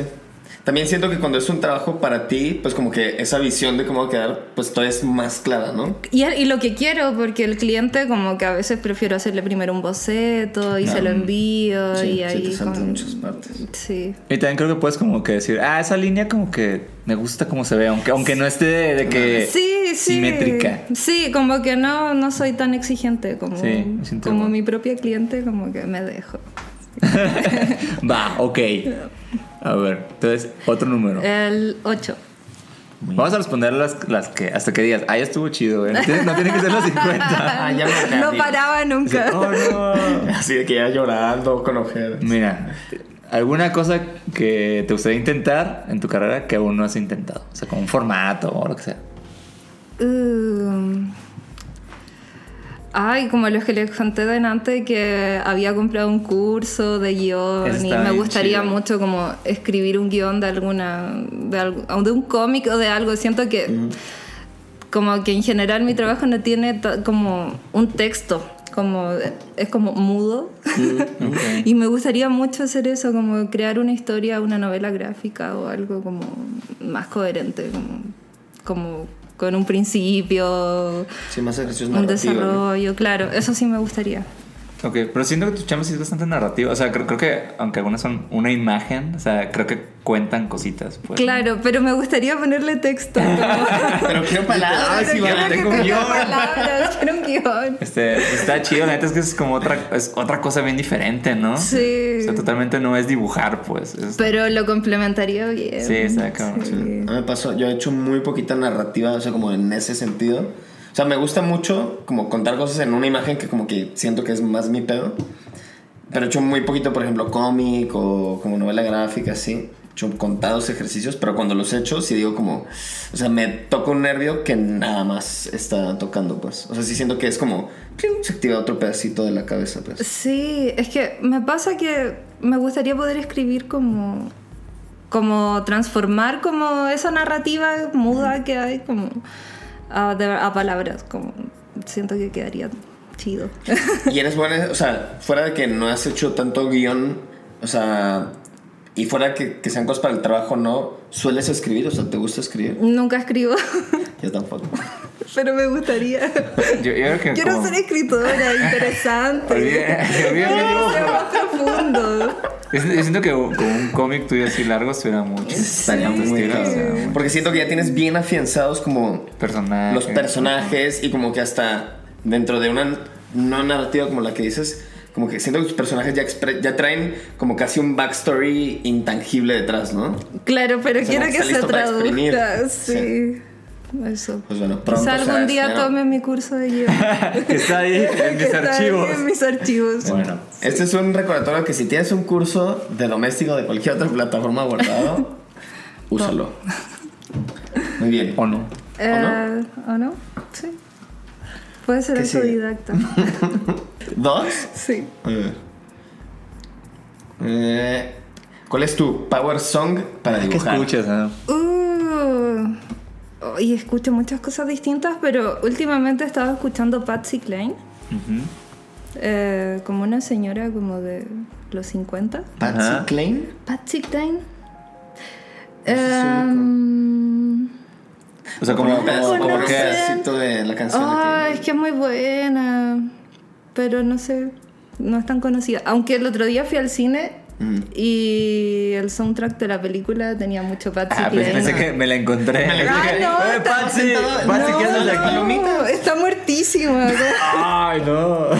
Speaker 3: También siento que cuando es un trabajo para ti, pues como que esa visión de cómo va a quedar, pues todavía es más clara, ¿no? [laughs]
Speaker 4: Y, y lo que quiero, porque el cliente como que a veces prefiero hacerle primero un boceto y se lo envío
Speaker 3: Sí,
Speaker 4: y
Speaker 3: sí,
Speaker 4: ahí...
Speaker 3: te saltas
Speaker 4: con-
Speaker 3: muchas partes.
Speaker 4: Sí.
Speaker 2: Y también creo que puedes como que decir, ah, esa línea como que me gusta cómo se ve, aunque, aunque no esté de, de que
Speaker 4: Sí, sí.
Speaker 2: simétrica.
Speaker 4: Sí, como que no, no soy tan exigente como,
Speaker 2: Sí, me siento
Speaker 4: como
Speaker 2: igual.
Speaker 4: mi propia cliente, como que me dejo.
Speaker 2: [laughs] Va, ok. A ver, entonces, otro número.
Speaker 4: El
Speaker 2: [laughs]
Speaker 4: 8.
Speaker 2: Vamos a responder las, las que hasta que digas, ah, ya estuvo chido, ¿eh? No tiene, no tiene que ser las 50.
Speaker 3: Ah, ya me
Speaker 4: No
Speaker 3: perdí.
Speaker 4: paraba
Speaker 2: O sea,
Speaker 4: [laughs] nunca.
Speaker 2: "Oh, no".
Speaker 3: Así de que ya llorando, con ojeras.
Speaker 2: Mira, ¿alguna cosa que te gustaría intentar en tu carrera que aún no has intentado? O sea, como un formato o lo que sea.
Speaker 4: Um, Ay, como los que les conté delante que había comprado un curso de
Speaker 2: Eso
Speaker 4: guión y
Speaker 2: está
Speaker 4: me
Speaker 2: bien
Speaker 4: gustaría
Speaker 2: chido.
Speaker 4: mucho como escribir un guión de alguna de, algo- de un cómic o de algo. Siento que como que en general mi trabajo no tiene ta- como un texto, como es como mudo.
Speaker 3: Mm,
Speaker 4: [laughs] y me gustaría mucho hacer eso, como crear una historia, una novela gráfica o algo como más coherente, como, como con un principio,
Speaker 3: Sí, más ejercicios
Speaker 4: un
Speaker 3: narrativos. ¿no?
Speaker 4: desarrollo, claro, eso sí me gustaría.
Speaker 2: Ok, pero siento que tu chamba sí es bastante narrativa. O sea, creo, creo que aunque algunas son una imagen, o sea, creo que cuentan cositas. Pues,
Speaker 4: claro, pero me gustaría ponerle texto.
Speaker 3: [laughs]
Speaker 4: como-
Speaker 3: Pero quiero palabras,
Speaker 4: Pero
Speaker 3: Iván, Ah,
Speaker 4: quiero que
Speaker 3: tengo [laughs]
Speaker 4: tenga
Speaker 3: guión.
Speaker 4: palabras, [laughs] quiero un guión.
Speaker 2: Este, está chido, la neta es que es como otra, es otra cosa bien diferente, ¿no?
Speaker 4: Sí.
Speaker 2: O sea, totalmente no es dibujar, pues. es-
Speaker 4: Pero lo complementaría bien.
Speaker 2: Sí, está cabrón.
Speaker 4: Sí.
Speaker 3: A mí me pasó, yo he hecho muy poquita narrativa, o sea, como en ese sentido. O sea, me gusta mucho como contar cosas en una imagen que como que siento que es más mi pedo. Pero he hecho muy poquito, por ejemplo, cómic o como novela gráfica, así. He hecho contados ejercicios, pero cuando los he hecho, sí digo como... O sea, me toca un nervio que nada más está tocando, pues. O sea, sí siento que es como... ¡cliu! Se activa otro pedacito de la cabeza, pues.
Speaker 4: Sí, es que me pasa que me gustaría poder escribir como como transformar como esa narrativa muda que hay como a, de- a palabras, como siento que quedaría chido. [laughs]
Speaker 3: [laughs] Y eres buena, o sea, fuera de que no has hecho tanto guión, o sea, y fuera que, que sean cosas para el trabajo, ¿no? ¿Sueles escribir? O sea, ¿te gusta escribir?
Speaker 4: Nunca escribo, [laughs]
Speaker 3: Yo tampoco.
Speaker 4: pero
Speaker 3: [laughs]
Speaker 4: me gustaría.
Speaker 2: Yo, yo creo que
Speaker 4: Quiero
Speaker 2: como-
Speaker 4: ser escritora, interesante.
Speaker 2: Olvídate, olvídate,
Speaker 4: Quiero
Speaker 2: yo.
Speaker 4: ser más profundo.
Speaker 2: Yo siento- yo siento que con un cómic tuyo así largo suena mucho.
Speaker 3: Estaría
Speaker 2: Tanto
Speaker 3: muy
Speaker 2: estilo, o sea,
Speaker 3: cabrón. Porque siento que ya tienes bien afianzados como
Speaker 2: personajes.
Speaker 3: los personajes y como que hasta dentro de una no narrativa como la que dices, como que siento que tus personajes ya, expre- ya traen como casi un backstory intangible detrás, ¿no?
Speaker 4: Claro, pero
Speaker 3: O sea,
Speaker 4: quiero
Speaker 3: como
Speaker 4: que
Speaker 3: está
Speaker 4: se
Speaker 3: listo para exprimir.
Speaker 4: traduzca,
Speaker 3: Sí.
Speaker 4: sí. Eso.
Speaker 3: Pues bueno, pronto.
Speaker 4: Quizá
Speaker 3: será
Speaker 4: algún día
Speaker 3: estreno.
Speaker 4: tome mi curso de guión.
Speaker 2: [laughs] que está ahí en
Speaker 4: [laughs] Que
Speaker 2: mis
Speaker 4: está ahí
Speaker 2: archivos.
Speaker 4: En mis archivos.
Speaker 2: Bueno,
Speaker 3: Este es un recordatorio que si tienes un curso de doméstico de cualquier otra plataforma
Speaker 4: [laughs]
Speaker 3: guardado, úsalo. Muy bien.
Speaker 2: o no.
Speaker 4: Eh, ¿O no? Sí. Puede ser
Speaker 3: ¿Qué sigue?
Speaker 4: autodidacta.
Speaker 3: ¿Dos?
Speaker 4: sí.
Speaker 3: A ver. Eh, ¿Cuál es tu power song para
Speaker 2: ¿Qué
Speaker 3: dibujar?
Speaker 2: escuchas? ah?
Speaker 4: Uh, y escucho muchas cosas distintas, pero últimamente he estado escuchando Patsy Klein. Eh, como una señora como de los 50.
Speaker 3: Patsy
Speaker 2: Ajá.
Speaker 3: Klein.
Speaker 4: Patsy Klein.
Speaker 3: sé si
Speaker 4: Em,
Speaker 2: O sea, como,
Speaker 3: Como-
Speaker 2: como-
Speaker 3: como
Speaker 2: como que
Speaker 3: que
Speaker 4: sé.
Speaker 3: pedacito de la canción
Speaker 4: ah,
Speaker 3: de
Speaker 4: es que es muy buena, pero no sé, no es tan conocida. Aunque el otro día fui al cine
Speaker 3: Mm.
Speaker 4: y el soundtrack de la película tenía mucho Patsy
Speaker 2: Ah, pues,
Speaker 4: Klein.
Speaker 2: pensé que me la encontré.
Speaker 3: Me la
Speaker 4: Ah,
Speaker 3: encontré.
Speaker 4: no,
Speaker 2: Eh,
Speaker 4: está-
Speaker 2: Patsy,
Speaker 3: está-
Speaker 2: Patsy,
Speaker 4: no,
Speaker 2: ¿qué haces
Speaker 3: las
Speaker 2: aquí?
Speaker 3: palomitas?
Speaker 4: Está muertísima.
Speaker 2: Ay, no.
Speaker 4: No,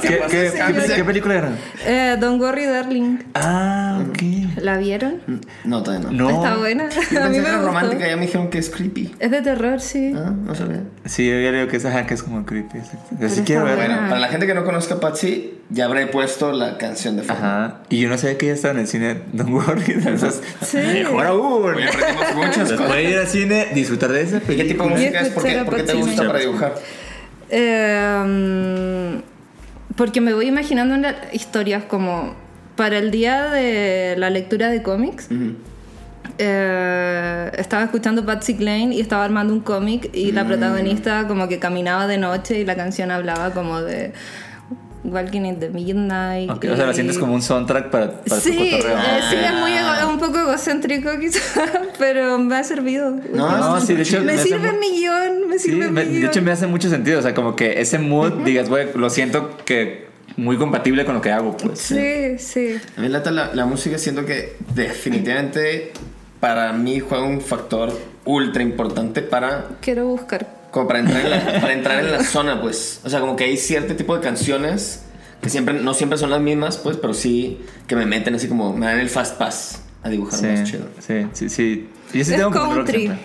Speaker 2: ¿Qué,
Speaker 4: pasa,
Speaker 2: qué-
Speaker 4: señora?
Speaker 2: qué- qué película era?
Speaker 4: Eh, Don't Worry Darling.
Speaker 2: Ah, ok.
Speaker 4: ¿La vieron?
Speaker 3: No, todavía no.
Speaker 2: No.
Speaker 4: Está buena.
Speaker 3: Yo
Speaker 4: [laughs] A
Speaker 3: pensé
Speaker 4: mí
Speaker 3: que
Speaker 4: me
Speaker 3: era
Speaker 4: gustó.
Speaker 3: romántica, ya me dijeron que es creepy.
Speaker 4: Es de terror, sí.
Speaker 3: Ah, no sabía.
Speaker 2: Sí, yo había leído que esa jaque es como creepy. exacto. Yo sí
Speaker 4: está
Speaker 2: quiero ver.
Speaker 4: buena.
Speaker 3: Bueno,
Speaker 4: Ah.
Speaker 3: para la gente que no conozca a Patsy, ya habré puesto la canción de fondo.
Speaker 2: Ajá. Y yo no sabía que ella estaba en el cine Don't [laughs] Worry. Entonces,
Speaker 4: Sí.
Speaker 2: mejor aún.
Speaker 3: Oye, aprendimos muchas
Speaker 2: Después
Speaker 3: cosas.
Speaker 2: de ir al cine, disfrutar de pues, esa
Speaker 3: ¿Y qué tipo de
Speaker 2: película.
Speaker 3: música es? ¿Por qué,
Speaker 4: escuchar a
Speaker 3: por qué te
Speaker 4: Patsy
Speaker 3: gusta
Speaker 4: Cline.
Speaker 3: para dibujar?
Speaker 4: Eh, mm, porque me voy imaginando en la- historias como para el día de la lectura de cómics. eh, estaba escuchando Patsy Klein y estaba armando un cómic y
Speaker 2: Mm.
Speaker 4: la protagonista como que caminaba de noche y la canción hablaba como de Walking in the Midnight.
Speaker 2: Ok, o sea, la
Speaker 4: y-
Speaker 2: sientes como un soundtrack para, para tu Ah.
Speaker 4: Sí,
Speaker 2: cotorreo.
Speaker 4: eh, sí, es muy ego- un poco egocéntrico quizás, [laughs] pero me ha servido.
Speaker 2: No, sí, de hecho.
Speaker 4: me
Speaker 2: hace
Speaker 4: sirve
Speaker 2: mu-
Speaker 4: mi guión, me
Speaker 2: Sí,
Speaker 4: sirve
Speaker 2: me-
Speaker 4: mi guión.
Speaker 2: de hecho me hace mucho sentido. O sea, como que ese mood, digas, güey, lo siento que muy compatible con lo que hago, pues.
Speaker 4: Sí, sí.
Speaker 3: A mí la, la, la música siento que definitivamente para mí juega un factor ultra importante para,
Speaker 4: Quiero buscar.
Speaker 3: como para, entrar [laughs] en la, para entrar en la zona, pues. O sea, como que hay cierto tipo de canciones que siempre, no siempre son las mismas, pues, pero sí que me meten así como, me dan el fast pass a dibujar
Speaker 2: Sí,
Speaker 3: más chido.
Speaker 2: sí, sí, sí. Yo sí
Speaker 4: es
Speaker 2: tengo como rock
Speaker 4: country.
Speaker 2: siempre.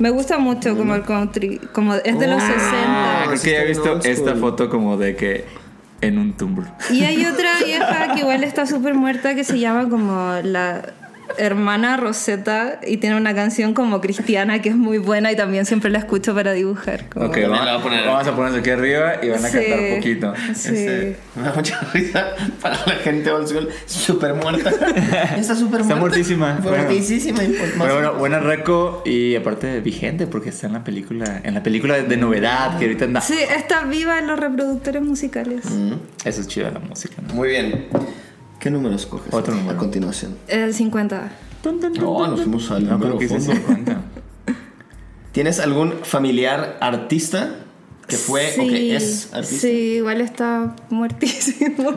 Speaker 4: Me gusta mucho como el country, como es de los
Speaker 3: Ah.
Speaker 2: Ah,
Speaker 4: 60.
Speaker 2: creo
Speaker 3: sí
Speaker 2: que ya he
Speaker 3: está
Speaker 2: visto
Speaker 3: en old school.
Speaker 2: esta foto como de que en un tumblr.
Speaker 4: Y hay otra vieja que igual está súper muerta que se llama como la hermana Rosetta y tiene una canción como cristiana que es muy buena y también siempre la escucho para dibujar. como-
Speaker 2: Ok,
Speaker 3: Ya
Speaker 2: vamos,
Speaker 3: la voy a poner.
Speaker 2: vamos a ponernos aquí arriba y van a
Speaker 4: Sí,
Speaker 2: cantar un poquito.
Speaker 4: Sí.
Speaker 3: Este, me da mucha risa para la gente old school, súper [laughs] muerta. Está súper muerta.
Speaker 2: Está muertísima,
Speaker 3: Fue
Speaker 2: bueno.
Speaker 3: Muertísima. y pues más-
Speaker 2: Pero bueno, buena reco y aparte vigente porque está en la película, en la película de novedad que ahorita anda.
Speaker 4: Sí, está viva en los reproductores musicales.
Speaker 3: Mm.
Speaker 2: Eso es chido la música. ¿no?
Speaker 3: Muy bien. ¿Qué número escoges?
Speaker 2: Otro número.
Speaker 3: A continuación.
Speaker 4: El 50.
Speaker 3: No, nos fuimos al
Speaker 2: No, creo
Speaker 3: número
Speaker 2: que hice
Speaker 3: fondo.
Speaker 2: 50.
Speaker 3: ¿Tienes algún familiar artista que fue o que es artista?
Speaker 4: Sí, igual está
Speaker 3: [laughs]
Speaker 4: muertísimo.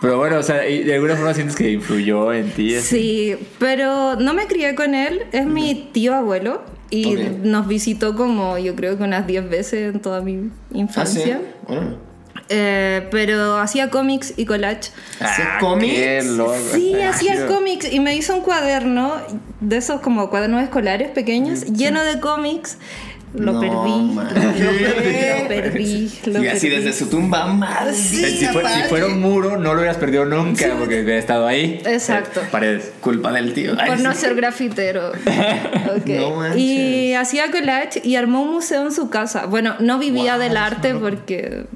Speaker 2: Pero bueno, o sea, y de alguna forma sientes que influyó en ti. así.
Speaker 4: Sí, pero no me crié con él, es mi tío abuelo y
Speaker 3: Mm. Ok.
Speaker 4: nos visitó como yo creo que unas 10 veces en toda mi
Speaker 3: Ah, sí.
Speaker 4: infancia.
Speaker 3: Bueno.
Speaker 4: Eh, pero hacía cómics y collage.
Speaker 3: ¿Hacía
Speaker 2: Ah,
Speaker 3: cómics?
Speaker 2: qué loco.
Speaker 4: Sí,
Speaker 2: Está
Speaker 4: hacía
Speaker 2: chido.
Speaker 4: cómics y me hizo un cuaderno de esos como cuadernos escolares pequeños, lleno de cómics. Lo
Speaker 3: No,
Speaker 4: perdí.
Speaker 3: man.
Speaker 4: Lo
Speaker 3: ¿Qué?
Speaker 4: perdí. Lo perdí. lo
Speaker 3: Y así
Speaker 4: perdí.
Speaker 3: desde su tumba, madre.
Speaker 2: Eh, Si, fue- si fuera un muro, no lo hubieras perdido nunca porque hubiera estado ahí.
Speaker 4: Exacto.
Speaker 2: Eh, paredes.
Speaker 3: Culpa del tío. Ay,
Speaker 4: Por
Speaker 3: sí.
Speaker 4: no
Speaker 3: [laughs]
Speaker 4: ser grafitero. Ok.
Speaker 3: No manches.
Speaker 4: y hacía collage y armó un museo en su casa. Bueno, no vivía del arte porque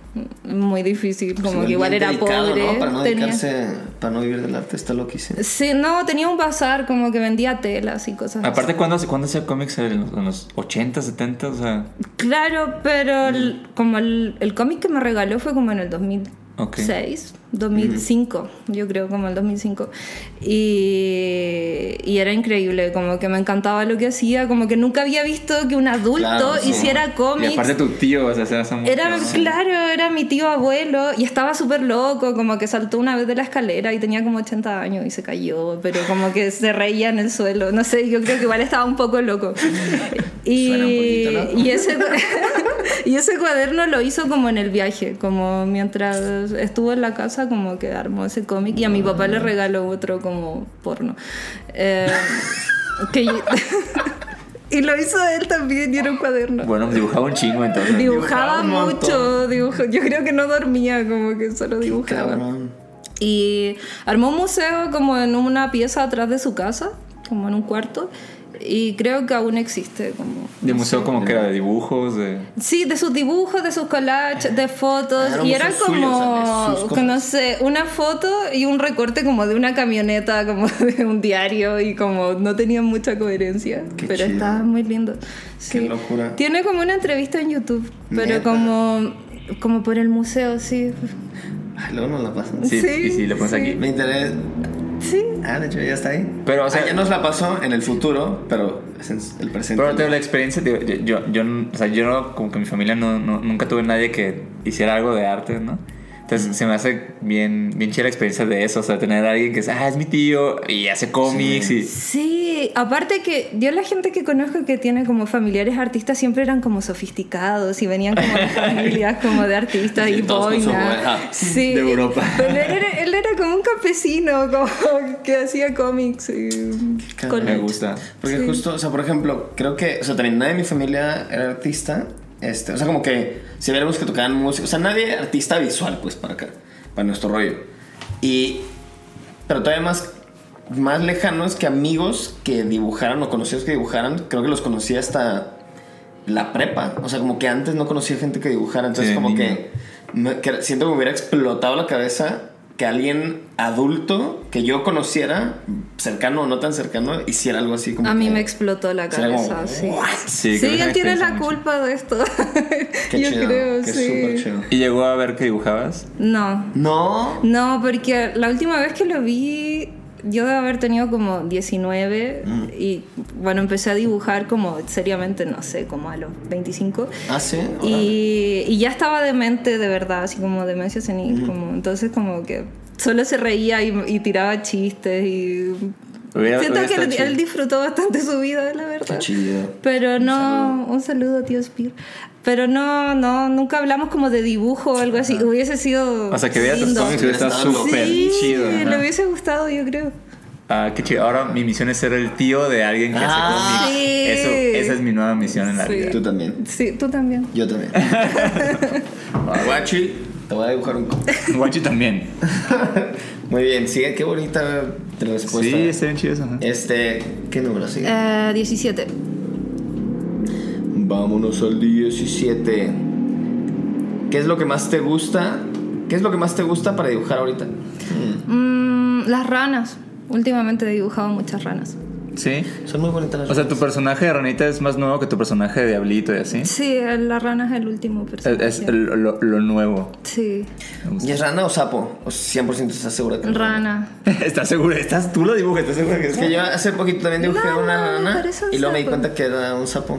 Speaker 4: muy difícil,
Speaker 3: Pues
Speaker 4: como que igual
Speaker 3: bien
Speaker 4: era
Speaker 3: dedicado,
Speaker 4: pobre.
Speaker 3: ¿no? Para no
Speaker 4: tenía-
Speaker 3: dedicarse, para no vivir del arte, está loquísimo.
Speaker 4: Sí, no, tenía un bazar como que vendía telas y cosas. así.
Speaker 2: Aparte, ¿cuándo, cuándo hacía cómics? ¿En los, en los 80, 70? O sea,
Speaker 4: Claro, pero el- como el, el cómic que me regaló fue como en el 2006, 2005, yo creo como el 2005. Y, y era increíble, como que me encantaba lo que hacía, como que nunca había visto que un adulto
Speaker 3: Claro, sí.
Speaker 4: hiciera
Speaker 2: y
Speaker 4: cómics.
Speaker 2: aparte tu tío, o sea, se hace mucho,
Speaker 4: Era,
Speaker 2: ¿no?
Speaker 4: claro, era mi tío abuelo y estaba súper loco, como que saltó una vez de la escalera y tenía como 80 años y se cayó, pero como que se reía en el suelo, no sé, yo creo que igual estaba un poco
Speaker 3: [laughs]
Speaker 4: loco. Y,
Speaker 3: Suena un poquito, ¿no?
Speaker 4: y, ese, [laughs] y ese cuaderno lo hizo como en el viaje, como mientras estuvo en la casa, como
Speaker 3: Ah.
Speaker 4: que armó ese cómic y a mi papá le regaló otro como porno. Eh,
Speaker 3: [laughs]
Speaker 4: Que yo- [laughs] y lo hizo él también, y era un cuaderno.
Speaker 2: Bueno, dibujaba un chingo
Speaker 3: [clears throat]
Speaker 2: entonces.
Speaker 3: dibujaba
Speaker 4: dibujaba,
Speaker 3: un montón.
Speaker 4: mucho, dibujo. yo creo que no dormía, como que solo dibujaba.
Speaker 3: Cabrón.
Speaker 4: Y armó un museo como en una pieza atrás de su casa, como en un cuarto, y creo que aún existe como...
Speaker 2: De museo como que era de dibujos, de...
Speaker 4: Sí, de sus dibujos, de sus collages, de fotos.
Speaker 3: Ah, era un
Speaker 4: y era
Speaker 3: museo suyo, o sea, de
Speaker 4: como,
Speaker 3: sus
Speaker 4: como, no sé, una foto y un recorte como de una camioneta, como [laughs] de un diario y como no tenía mucha coherencia.
Speaker 3: Qué
Speaker 4: pero
Speaker 3: chido.
Speaker 4: estaba muy lindo. Sí.
Speaker 3: locura.
Speaker 4: Tiene como una entrevista en YouTube, pero
Speaker 3: Neta.
Speaker 4: como, como por el museo, sí.
Speaker 3: Ah, Luego nos la pasan.
Speaker 2: Sí,
Speaker 4: Sí,
Speaker 2: y sí, le pones
Speaker 4: sí.
Speaker 2: aquí.
Speaker 3: Me interesa.
Speaker 4: Sí.
Speaker 3: Ah, de hecho ya está ahí.
Speaker 2: Pero, o sea-
Speaker 3: Ah, ya nos la pasó en el futuro, pero es en el presente.
Speaker 2: Pero tengo la experiencia, digo, yo, yo, yo n- o sea, yo no- como que mi familia no, no- nunca tuve nadie que hiciera algo de arte, ¿no? Entonces se me hace bien, bien chida la experiencia de eso, o sea, tener a alguien que es, ah, es mi tío y hace cómics
Speaker 4: Sí, aparte que yo la gente que conozco que tiene como familiares artistas siempre eran como sofisticados y venían como
Speaker 3: [laughs]
Speaker 4: de familias como de artistas
Speaker 3: Sí,
Speaker 4: y
Speaker 3: todos con su
Speaker 4: boina.
Speaker 3: oveja
Speaker 4: Sí.
Speaker 2: de Europa.
Speaker 4: Pero él era, él era como un campesino como que hacía cómics. y-
Speaker 3: cabrón.
Speaker 2: y
Speaker 4: con-
Speaker 2: me gusta.
Speaker 3: Porque
Speaker 4: Sí.
Speaker 3: justo, o sea, por ejemplo, creo que, o sea, también nadie de mi familia era artista. Este, o sea, como que si viéramos que tocaban música, o sea, nadie artista visual, pues, para acá, para nuestro rollo. Y, pero todavía más, más lejanos que amigos que dibujaran o conocidos que dibujaran, creo que los conocí hasta la prepa. O sea, como que antes no conocía gente que dibujara, entonces
Speaker 2: Sí, de
Speaker 3: como
Speaker 2: niño.
Speaker 3: que, me- que siento que me hubiera explotado la cabeza que alguien adulto que yo conociera, cercano o no tan cercano, hiciera algo así como
Speaker 4: A mí
Speaker 3: que-
Speaker 4: me explotó la
Speaker 3: Será como,
Speaker 4: cabeza, sí.
Speaker 3: "What?".
Speaker 4: [laughs]
Speaker 2: Sí, creo
Speaker 4: Sí,
Speaker 2: que es una
Speaker 4: él tiene
Speaker 2: experiencia
Speaker 4: la
Speaker 2: muy chida.
Speaker 4: culpa de esto.
Speaker 3: Qué
Speaker 4: [laughs] yo
Speaker 3: chido,
Speaker 4: creo,
Speaker 3: qué
Speaker 4: sí.
Speaker 3: súper chido.
Speaker 2: ¿Y llegó a ver que dibujabas?
Speaker 4: No,
Speaker 3: No.
Speaker 4: No, porque la última vez que lo vi, yo debo haber tenido como 19
Speaker 2: Mm.
Speaker 4: y bueno, empecé a dibujar como seriamente, no sé, como a los 25.
Speaker 3: Ah, sí. órale.
Speaker 4: Y, y ya estaba demente de verdad, así como demencia
Speaker 2: Mm.
Speaker 4: senil. como, entonces como que solo se reía y, y tiraba chistes y...
Speaker 2: Hubiera-
Speaker 4: Siento
Speaker 2: hubiera
Speaker 4: que
Speaker 2: estado
Speaker 4: él,
Speaker 2: chido.
Speaker 4: él disfrutó bastante su vida, la
Speaker 3: Qué
Speaker 4: verdad.
Speaker 3: chido.
Speaker 4: Pero no, un saludo, tío Spear. Pero no, no, nunca hablamos como de dibujo o algo así. Hubiese sido.
Speaker 2: O sea, que veas tus
Speaker 4: lindo.
Speaker 2: cómics hubiera estado
Speaker 3: Estando.
Speaker 2: súper
Speaker 4: sí,
Speaker 2: chido.
Speaker 4: le
Speaker 2: ajá.
Speaker 4: hubiese gustado, yo creo.
Speaker 2: Ah, qué chido. Ahora mi misión es ser el tío de alguien que
Speaker 3: Ah,
Speaker 2: hace cómics.
Speaker 4: sí.
Speaker 2: Eso, esa es mi nueva misión en la
Speaker 4: Sí.
Speaker 2: vida.
Speaker 3: Tú también.
Speaker 4: Sí, tú también.
Speaker 3: Yo también.
Speaker 2: [laughs]
Speaker 3: Guachi, te voy a dibujar un
Speaker 2: [laughs]
Speaker 3: co-
Speaker 2: Guachi también.
Speaker 3: Muy bien, sigue. Qué bonita respuesta.
Speaker 2: Sí, Pues, está bien chido eso. ajá.
Speaker 3: Este, ¿qué número sigue?
Speaker 4: Eh, 17.
Speaker 3: Vámonos al 17. ¿Qué es lo que más te gusta? ¿Qué es lo que más te gusta para dibujar ahorita?
Speaker 4: Mm, las ranas. Últimamente he dibujado muchas ranas.
Speaker 2: Sí.
Speaker 3: Son muy bonitas las
Speaker 2: O sea, tu personaje de Ranita es más nuevo que tu personaje de Diablito y así. Es,
Speaker 4: Sí, el- la rana es el último personaje.
Speaker 2: es el- lo, lo nuevo. [laughs]
Speaker 4: Sí,
Speaker 3: ¿Y es rana o sapo? O 100% estás segura que es
Speaker 4: rana.
Speaker 2: ¿Estás segura? ¿Estás, tú lo dibujas, ¿estás segura que
Speaker 3: Es que yo hace poquito también dibujé
Speaker 4: No,
Speaker 3: una
Speaker 4: no,
Speaker 3: rana
Speaker 4: pero es un
Speaker 3: y luego me di
Speaker 4: sapo.
Speaker 3: cuenta que era un sapo.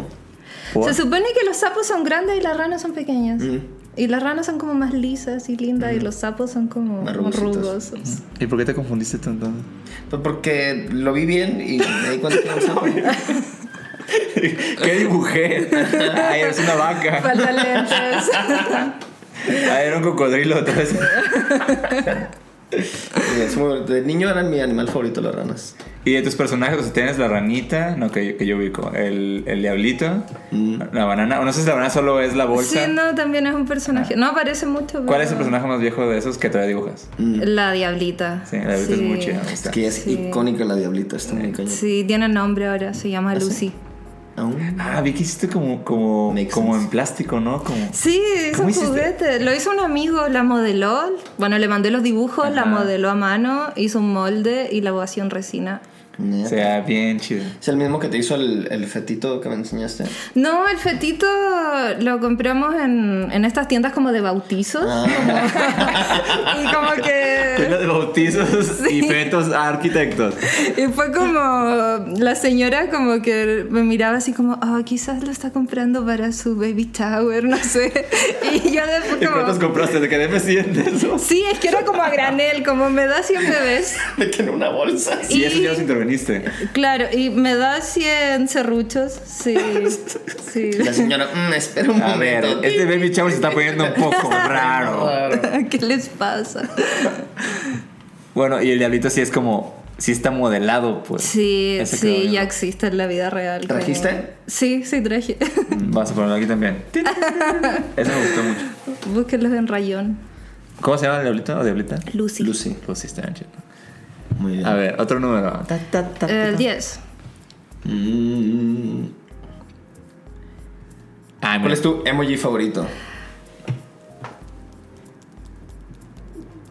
Speaker 2: What?
Speaker 4: Se supone que los sapos son grandes y las ranas son pequeñas.
Speaker 3: Mm.
Speaker 4: Y las ranas son como más lisas y lindas
Speaker 2: Mm.
Speaker 4: y los sapos son como
Speaker 3: Más rugosos.
Speaker 4: rugosos.
Speaker 2: [laughs] ¿Y por qué te confundiste tanto?
Speaker 3: Pues porque lo vi bien y me di cuenta que era un sapo.
Speaker 2: [laughs] ¿Qué
Speaker 3: [laughs]
Speaker 2: dibujé? Ay, eres una vaca.
Speaker 4: Faltan lentes.
Speaker 2: Ay, era un cocodrilo. otra vez.
Speaker 3: Y es muy bonito. De niño eran mi animal favorito las ranas.
Speaker 2: [laughs] Y de tus personajes, o sea, tienes la ranita, no, que, que yo ubico, el, el diablito, la banana, o no sé si la banana solo es la
Speaker 4: sí,
Speaker 2: bolsa.
Speaker 4: no, también es un personaje. No aparece mucho.
Speaker 2: ¿Cuál
Speaker 4: pero-
Speaker 2: es el personaje más viejo de esos que todavía dibujas?
Speaker 3: Mm.
Speaker 4: La diablita.
Speaker 2: Mm. Sí, la diablita es muy chida. me gusta.
Speaker 3: Es que es
Speaker 4: Sí.
Speaker 3: icónica la diablita, está muy cañón.
Speaker 4: Sí, tiene nombre ahora, se llama Lucy.
Speaker 3: Aún.
Speaker 2: Ah, vi que hiciste como, como,
Speaker 3: Makes
Speaker 2: como
Speaker 3: sense.
Speaker 2: en plástico, ¿no? Como...
Speaker 4: Sí, es
Speaker 2: ¿Cómo
Speaker 4: un
Speaker 2: hiciste?
Speaker 4: juguete. Lo hizo un amigo, la modeló. Bueno, le mandé los dibujos, la
Speaker 2: Ajá.
Speaker 4: modeló a mano, hizo un molde y la vació en resina.
Speaker 2: O
Speaker 3: Neta.
Speaker 2: sea, bien chido.
Speaker 3: Es el mismo que te hizo el, el fetito que
Speaker 2: [laughs]
Speaker 3: me enseñaste.
Speaker 4: No, el fetito lo compramos en, en estas tiendas como de bautizos.
Speaker 2: Ah.
Speaker 4: [laughs] y como que...
Speaker 2: Tiendas de bautizos y fetos a arquitectos.
Speaker 4: Y fue como, la señora como que me miraba así como, oh, quizás lo está comprando para su baby shower, no sé. [laughs] Y yo
Speaker 2: ¿Y
Speaker 4: después
Speaker 2: cuántos
Speaker 4: como...
Speaker 2: compraste? ¿De qué me [laughs] sientes?
Speaker 4: Sí, es que era como a granel, como me da 100 bebés.
Speaker 3: Me quedé una bolsa.
Speaker 2: Sí,
Speaker 4: Y-
Speaker 2: eso ya los interveniste.
Speaker 4: Claro, y me da 100 serruchos, sí. sí.
Speaker 3: La señora, "Mm, espera un
Speaker 2: A ver,
Speaker 3: momento.
Speaker 2: este baby chavo se está poniendo un poco [laughs] raro.
Speaker 3: Claro.
Speaker 4: [laughs] ¿Qué les pasa?
Speaker 2: Bueno, y el diablito sí es como sí está modelado, pues.
Speaker 4: Sí,
Speaker 2: Ese
Speaker 4: sí,
Speaker 2: creo yo.
Speaker 4: ya existe en la vida real. como-
Speaker 3: ¿Trajiste?
Speaker 4: Sí, sí, traje. [laughs]
Speaker 2: Vas a ponerlo aquí también. Eso me gustó mucho.
Speaker 4: Búsquenlos en rayón.
Speaker 2: ¿Cómo se llama el diablito o diablita?
Speaker 4: Lucy.
Speaker 2: Lucy. Lucy está bien chido.
Speaker 3: Muy bien.
Speaker 2: A ver, otro número.
Speaker 4: El 10.
Speaker 3: Mm.
Speaker 2: Ah,
Speaker 3: ¿Cuál
Speaker 2: mira.
Speaker 3: es tu emoji favorito?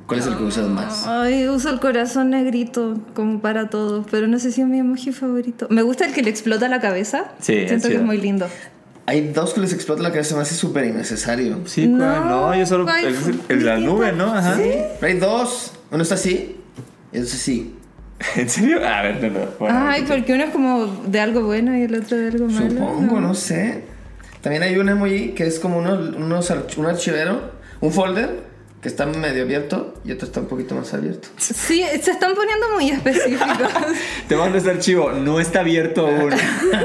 Speaker 3: ¿Cuál es el que usas más?
Speaker 4: Ay, uso el corazón negrito como para todos, pero no sé si es mi emoji favorito. Me gusta el que le explota la cabeza.
Speaker 2: Sí, es
Speaker 4: Siento que es
Speaker 2: chido.
Speaker 4: muy lindo.
Speaker 3: Hay dos que les explota la cabeza, me hace súper innecesario.
Speaker 2: Sí,
Speaker 4: No,
Speaker 2: no, no yo solo.
Speaker 4: ¿cuál?
Speaker 2: es el de la nube, ¿no? Ajá.
Speaker 3: Pero hay dos. Uno está así y otro está así.
Speaker 2: ¿En serio? A ver, no, no. Bueno,
Speaker 4: Ay, porque uno es como de algo bueno y el otro de algo malo.
Speaker 3: Supongo, no sé. También hay un emoji que es como uno, unos arch- un archivero, un folder que está medio abierto y otro está un poquito más abierto.
Speaker 4: Sí, se están poniendo muy específicos.
Speaker 3: [laughs]
Speaker 2: Te mando este archivo, no está abierto
Speaker 4: [laughs]
Speaker 2: aún.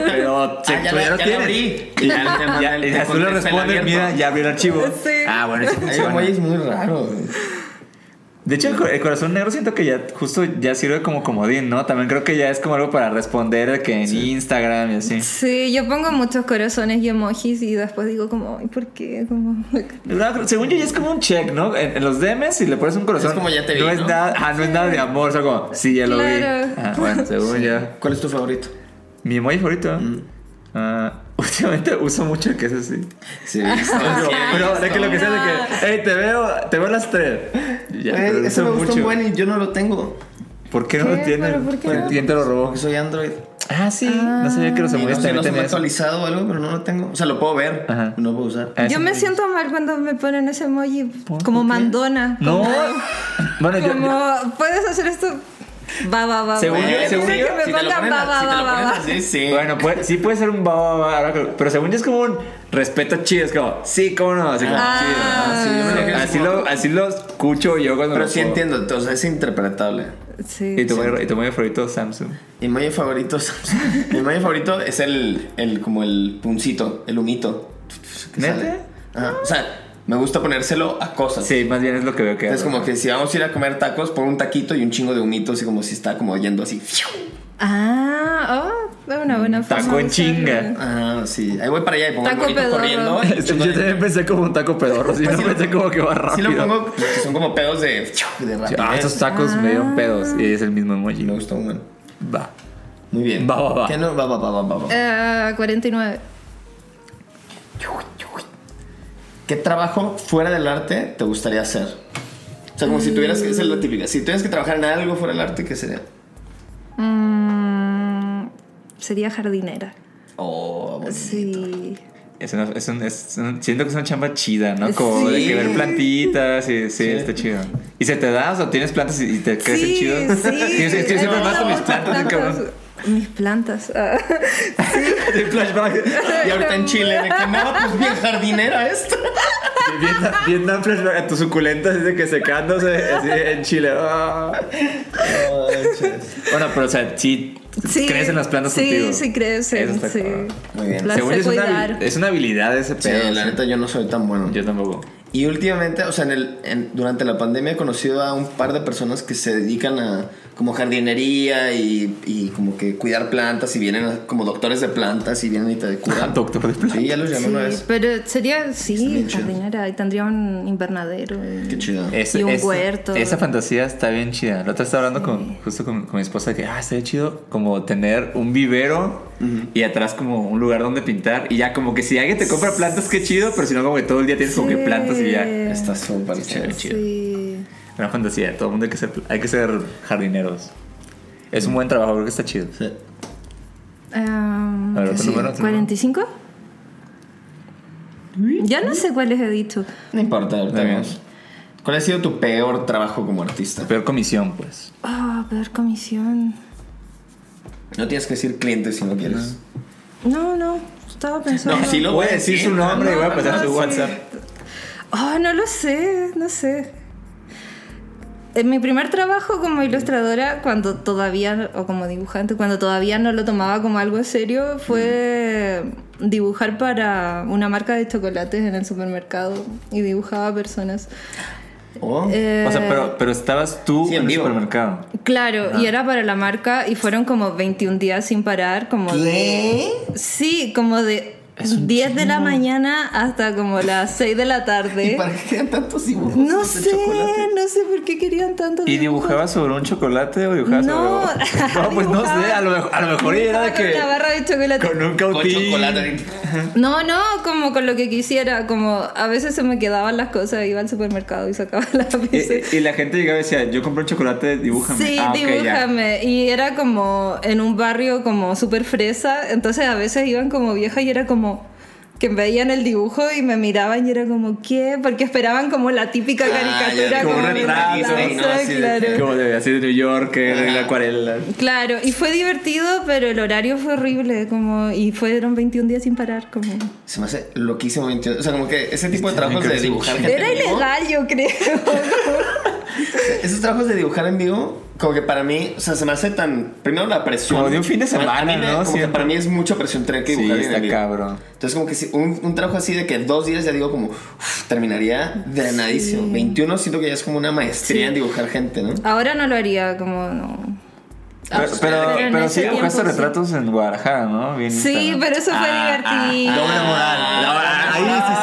Speaker 2: Pero se-
Speaker 3: Ah,
Speaker 2: pero
Speaker 3: ya la-
Speaker 2: lo
Speaker 3: ya la
Speaker 2: tienes.
Speaker 3: abrí.
Speaker 2: Y
Speaker 3: Ya le
Speaker 2: ya,
Speaker 3: mandé el-
Speaker 2: y
Speaker 3: te
Speaker 2: ya tú le
Speaker 3: contesta el
Speaker 2: respondes,
Speaker 3: abierto.
Speaker 2: mira, ya abrí el archivo.
Speaker 4: Sí.
Speaker 2: Ah, bueno, sí
Speaker 3: Hay
Speaker 2: funciona.
Speaker 3: emojis muy raros.
Speaker 2: De hecho, el cor- el corazón negro siento que ya justo ya sirve como comodín, ¿no? También creo que ya es como algo para responder que en Instagram y así.
Speaker 4: sí, yo pongo muchos corazones y emojis y después digo como, "Ay, ¿por qué?
Speaker 3: [laughs]
Speaker 4: Como...
Speaker 2: No, según yo ya es como un check, ¿no? En, en los DMs si le pones un corazón.
Speaker 3: Es como ya te vi,
Speaker 2: No es
Speaker 3: ¿no?
Speaker 2: nada, ah, no es nada de amor, o sea, como sí ya lo
Speaker 4: Claro.
Speaker 2: vi. Ah, bueno, según yo.
Speaker 3: ¿Cuál es tu favorito?
Speaker 2: Mi emoji favorito.
Speaker 3: Mm.
Speaker 2: Ah, [laughs] últimamente uso mucho el que es así.
Speaker 3: Ah, Sí.
Speaker 4: Ah,
Speaker 2: Pero, pero de que lo que sea de que, hey, te veo, te veo a las 3. Ya, pero
Speaker 3: Eso Eh, me
Speaker 2: uso
Speaker 3: gustó un
Speaker 2: mucho.
Speaker 3: buen y yo no lo tengo.
Speaker 2: ¿Por qué no lo
Speaker 4: ¿Qué?
Speaker 2: tienen?
Speaker 4: ¿Pero por qué
Speaker 2: Porque
Speaker 4: no? Ah,
Speaker 2: ¿Quién te lo robó?
Speaker 3: Porque soy Android.
Speaker 2: Ah, sí. No sabía que los
Speaker 3: Y no
Speaker 2: emojis
Speaker 3: sé,
Speaker 2: también
Speaker 3: no se me ha
Speaker 2: tenían eso.
Speaker 3: actualizado o algo, pero no lo tengo. O sea, lo puedo ver,
Speaker 2: Ajá.
Speaker 3: no lo puedo usar.
Speaker 2: Ah,
Speaker 4: Yo
Speaker 2: sí.
Speaker 4: me siento mal cuando me ponen ese emoji como mandona.
Speaker 2: No.
Speaker 4: como-
Speaker 2: Bueno, yo- yo.
Speaker 4: Como, ¿puedes hacer esto? Va, va, va.
Speaker 2: Según
Speaker 4: va.
Speaker 2: yo-
Speaker 4: Me
Speaker 2: según
Speaker 4: piden
Speaker 2: yo,
Speaker 4: que me
Speaker 3: si te lo
Speaker 4: pongan
Speaker 3: ponen
Speaker 4: va,
Speaker 3: a-
Speaker 4: va,
Speaker 3: si te
Speaker 4: va,
Speaker 3: lo
Speaker 4: va,
Speaker 3: ponen
Speaker 4: va.
Speaker 3: así, sí.
Speaker 2: Bueno, puede- sí puede ser un baba, baba, ahora que- pero según yo es como un respeto chido, es como, sí, cómo no, así como,
Speaker 4: Ah,
Speaker 2: sí,
Speaker 4: ah, sí, yo
Speaker 2: sí,
Speaker 4: me
Speaker 3: imagino que es
Speaker 2: así,
Speaker 3: como-
Speaker 2: lo, así lo escucho yo cuando
Speaker 3: Pero
Speaker 2: lo
Speaker 3: sí
Speaker 2: puedo.
Speaker 3: entiendo, o sea, es interpretable.
Speaker 4: Sí.
Speaker 2: Y tu muy- y tu muy favorito Samsung.
Speaker 3: Mi emoji favorito, mi emoji favorito es el, el, como el puncito, el humito. que
Speaker 2: ¿Neta?
Speaker 3: sale. Ajá. O sea, me gusta ponérselo a cosas.
Speaker 2: Sí, más bien es lo que veo que
Speaker 3: Es
Speaker 2: hago.
Speaker 3: como que si vamos a ir a comer tacos, por un taquito y un chingo de humito, así como si está como yendo así.
Speaker 4: Ah, oh, es una buena forma.
Speaker 2: taco
Speaker 4: de
Speaker 2: en
Speaker 4: usarlo.
Speaker 2: chinga.
Speaker 3: Ah, sí. Ahí voy para allá y pongo el
Speaker 4: Taco
Speaker 3: gorrito
Speaker 4: pedorro.
Speaker 3: corriendo.
Speaker 2: [laughs]
Speaker 3: y un
Speaker 2: Yo
Speaker 3: chingo de-
Speaker 2: también pensé como un taco pedorro, si no
Speaker 3: sí lo-
Speaker 2: pensé como que va rápido.
Speaker 3: Sí lo pongo, pues, que son como pedos de, de rapidez.
Speaker 2: Ah, estos tacos me dieron pedos y es el mismo emoji.
Speaker 3: Me gustó, bueno.
Speaker 2: Va.
Speaker 3: Muy bien.
Speaker 2: Va, va, va.
Speaker 3: ¿Qué no? Va, va, va, va, va, va.
Speaker 4: Eh, 49.
Speaker 3: ¿Qué trabajo fuera del arte te gustaría hacer? O sea, como si tuvieras que... Esa es la típica. Si tuvieras que trabajar en algo fuera del arte, ¿qué sería?
Speaker 4: Mm, sería jardinera.
Speaker 3: Oh, bueno.
Speaker 4: Sí.
Speaker 2: Es una- es un- es un- siento que es una chamba chida, ¿no? Como de
Speaker 4: Sí.
Speaker 2: que ver plantitas y sí, está chido. ¿Y se te da? O sea, tienes plantas y, y te crecen
Speaker 4: sí,
Speaker 2: chido.
Speaker 4: sí.
Speaker 2: [laughs] Yo, yo- yo
Speaker 4: He
Speaker 2: siempre vas
Speaker 4: tenido
Speaker 2: con mis
Speaker 4: muchas
Speaker 2: plantas, cabrón.
Speaker 4: Mis plantas.
Speaker 2: [laughs]
Speaker 4: ah.
Speaker 2: De flashback.
Speaker 3: Y ahorita en Chile, de que no, pues bien jardinera esta.
Speaker 2: Bien, dan- bien dan flashback a tus suculentas de que secándose así en Chile. Ah. Bueno, pero o sea, sí,
Speaker 4: Sí,
Speaker 2: crecen las plantas
Speaker 4: sí,
Speaker 2: contigo.
Speaker 4: Sí, crecen.
Speaker 2: Eso está
Speaker 4: sí.
Speaker 2: cabrón.
Speaker 3: Muy bien.
Speaker 4: Las
Speaker 2: Según
Speaker 4: sé
Speaker 2: yo es una, eh,
Speaker 4: cuidar.
Speaker 2: habili- es una habilidad ese
Speaker 3: Sí,
Speaker 2: pedo.
Speaker 3: la
Speaker 2: sí.
Speaker 3: neta yo no soy tan bueno.
Speaker 2: Yo tampoco.
Speaker 3: Y últimamente, o sea, en el, en- durante la pandemia he conocido a un par de personas que se dedican a como jardinería y, y como que cuidar plantas y vienen a- como doctores de plantas y vienen y te
Speaker 2: [laughs]
Speaker 3: curan.
Speaker 2: Doctor de plantas.
Speaker 3: Sí, ya los llamé
Speaker 4: Sí,
Speaker 3: una vez.
Speaker 4: pero sería,
Speaker 3: Está
Speaker 4: sí,
Speaker 3: bien chido.
Speaker 4: jardinera. Y tendría un invernadero. y-
Speaker 3: Qué
Speaker 2: Eh,
Speaker 3: chido.
Speaker 4: Y un huerto.
Speaker 2: Esa fantasía está bien chida. La otra estaba hablando con, justo con, con mi esposa que, ah, estaría chido como tener un vivero y atrás como un lugar donde pintar. Y ya como que si alguien te compra plantas, qué chido, pero si no como que todo el día tienes como que plantas y ya.
Speaker 3: Está súper chévere.
Speaker 4: Sí.
Speaker 2: Una fantasía. Todo el mundo hay que ser, hay que ser jardineros. Es un buen trabajo, creo que está chido.
Speaker 4: Am,
Speaker 2: A ver,
Speaker 4: ¿qué
Speaker 2: otro
Speaker 4: sigue?
Speaker 2: número, otro
Speaker 4: ¿45? Ya no sé cuáles he dicho.
Speaker 3: No importa, ahorita
Speaker 2: Está bien.
Speaker 3: vemos. ¿Cuál ha sido tu peor trabajo como artista?
Speaker 2: Peor comisión, pues.
Speaker 4: Ah, peor comisión.
Speaker 3: No tienes que decir cliente si no quieres.
Speaker 4: No, no, estaba pensando.
Speaker 3: No, sí lo
Speaker 2: Voy a decir su nombre y voy a
Speaker 4: No,
Speaker 2: pasar
Speaker 4: no,
Speaker 2: pues, su
Speaker 4: sí.
Speaker 2: WhatsApp.
Speaker 4: Oh, no lo sé, no sé. En mi primer trabajo como ilustradora, cuando todavía, o como dibujante, cuando todavía no lo tomaba como algo serio, fue dibujar para una marca de chocolates en el supermercado y dibujaba personas.
Speaker 3: Oh.
Speaker 4: Eh,
Speaker 2: O sea, pero, pero estabas tú
Speaker 3: Sí,
Speaker 2: en
Speaker 3: en
Speaker 2: el
Speaker 3: vivo.
Speaker 2: supermercado.
Speaker 4: Claro,
Speaker 2: Ah.
Speaker 4: y era para la marca y fueron como 21 días sin parar, como
Speaker 3: ¿Qué?
Speaker 4: de... Sí, como de 10 de la mañana hasta como las 6 de la
Speaker 3: ¿Y
Speaker 4: tarde.
Speaker 3: para qué quedan tantos dibujos?
Speaker 4: No
Speaker 3: de
Speaker 4: sé,
Speaker 3: chocolate?
Speaker 4: no sé por qué querían tanto
Speaker 2: ¿Y
Speaker 4: dibujo.
Speaker 2: dibujabas sobre un chocolate o dibujabas
Speaker 4: No.
Speaker 2: sobre.? [laughs] No, pues no sé, a lo mejor, a lo mejor era de
Speaker 4: Con
Speaker 2: que.
Speaker 4: una barra de chocolate.
Speaker 2: Con un
Speaker 3: Con
Speaker 2: cautín.
Speaker 3: chocolate.
Speaker 4: No, no, como con lo que quisiera, como a veces se me quedaban las cosas, iba al supermercado y sacaba [laughs] las veces.
Speaker 2: Y, y la gente llegaba y decía, yo compré un chocolate, Eh, dibújame.
Speaker 4: Sí,
Speaker 2: Ah, ok, ya.
Speaker 4: dibújame. Y era como en un barrio como súper fresa. Entonces a veces iban como viejas y era como que veían el dibujo y me miraban y era como, ¿qué? Porque esperaban como la típica
Speaker 3: Ah,
Speaker 4: caricatura.
Speaker 3: ya,
Speaker 2: Como un
Speaker 4: de la
Speaker 2: retrato,
Speaker 3: Disney,
Speaker 4: plaza,
Speaker 3: ¿no? Así de-
Speaker 4: claro.
Speaker 2: Como de así de New York, eh, de la acuarela.
Speaker 4: Claro, y fue divertido, pero el horario fue horrible, como, y fueron 21 días sin parar, como...
Speaker 3: Se me hace loquísimo. 21. O sea, como que ese tipo de trabajos de dibujar gente
Speaker 4: Era
Speaker 3: en vivo,
Speaker 4: ilegal, yo creo.
Speaker 2: [laughs]
Speaker 3: Esos trabajos de dibujar en vivo, como que para mí, o sea, se me hace tan. Primero la presión.
Speaker 2: Como de un fin de semana,
Speaker 3: A mí me-
Speaker 2: ¿no?
Speaker 3: Como que
Speaker 2: Siempre.
Speaker 3: para mí es mucha presión tener que
Speaker 2: Sí,
Speaker 3: dibujar bien en
Speaker 2: está
Speaker 3: vivo.
Speaker 2: cabrón.
Speaker 3: Entonces, como que si un, un trabajo así de que dos días ya digo, como, uf, terminaría drenadísimo. 21 siento que ya es como una maestría en dibujar gente, ¿no?
Speaker 4: Ahora no lo haría, como, no.
Speaker 3: Ah,
Speaker 2: Pero,
Speaker 3: pues,
Speaker 2: pero,
Speaker 4: pero en
Speaker 2: pero
Speaker 4: ese
Speaker 2: sí dibujaste
Speaker 4: tiempo, sí.
Speaker 2: retratos en Guadalajara, ¿no? Ah, Bien
Speaker 4: Sí,
Speaker 2: Instagram.
Speaker 4: pero eso fue divertido.
Speaker 2: doble moral.
Speaker 3: Ah,
Speaker 2: Ahí sí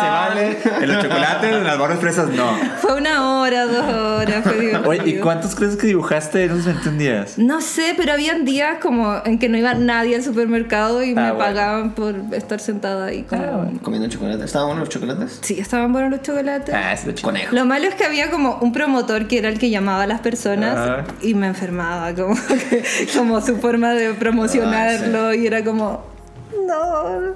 Speaker 2: se vale. En los chocolates, en las barras fresas, no.
Speaker 4: Fue una hora, dos horas, fue divertido.
Speaker 2: Oye, ¿y cuántos crees que dibujaste en unos 21 días?
Speaker 4: No sé, pero habían días como en que no iba nadie al supermercado y me
Speaker 2: Ah, bueno. Ah,
Speaker 4: pagaban por estar sentada ahí como...
Speaker 3: Comiendo chocolate. ¿Estaban buenos los chocolates?
Speaker 4: Sí, estaban buenos los chocolates.
Speaker 2: Ah, es de conejo.
Speaker 4: Lo malo es que había como un promotor que era el que llamaba a las personas
Speaker 2: Ah.
Speaker 4: y me enfermaba, como, [laughs] que- como su forma de promocionarlo y era como, no,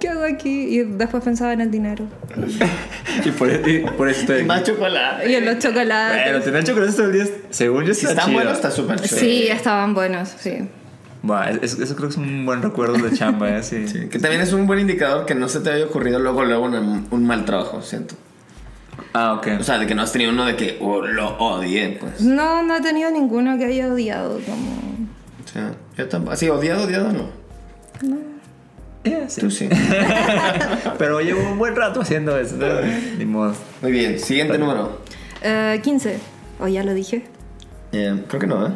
Speaker 4: ¿qué hago aquí? Y después pensaba en el dinero
Speaker 2: Y por, y por eso estoy.
Speaker 3: Más
Speaker 2: aquí.
Speaker 3: chocolate.
Speaker 4: y en los chocolates.
Speaker 2: Pero tener chocolates todo el día, según yo,
Speaker 3: Si
Speaker 2: está
Speaker 3: están
Speaker 2: chido.
Speaker 3: buenos, está súper chido.
Speaker 4: Sí, estaban buenos, sí.
Speaker 2: Buah, es- es- eso creo que es un buen recuerdo de chamba, ¿eh? Sí.
Speaker 3: Que también es un buen indicador que no se te haya ocurrido luego, luego una- un mal trabajo, siento.
Speaker 2: Ah, ok.
Speaker 3: O sea, de que no has tenido uno de que oh, lo odié, pues.
Speaker 4: No, no he tenido ninguno que haya odiado, como...
Speaker 3: O sea, yo tampoco. Así, odiado, odiado, no.
Speaker 2: Yeah, sí.
Speaker 3: Tú [laughs] sí.
Speaker 2: Pero llevo un buen rato haciendo eso. ¿no? Ni modo.
Speaker 3: Muy bien, siguiente número.
Speaker 4: Eh, 15. O ya lo dije.
Speaker 3: Eh, creo que no, ¿eh?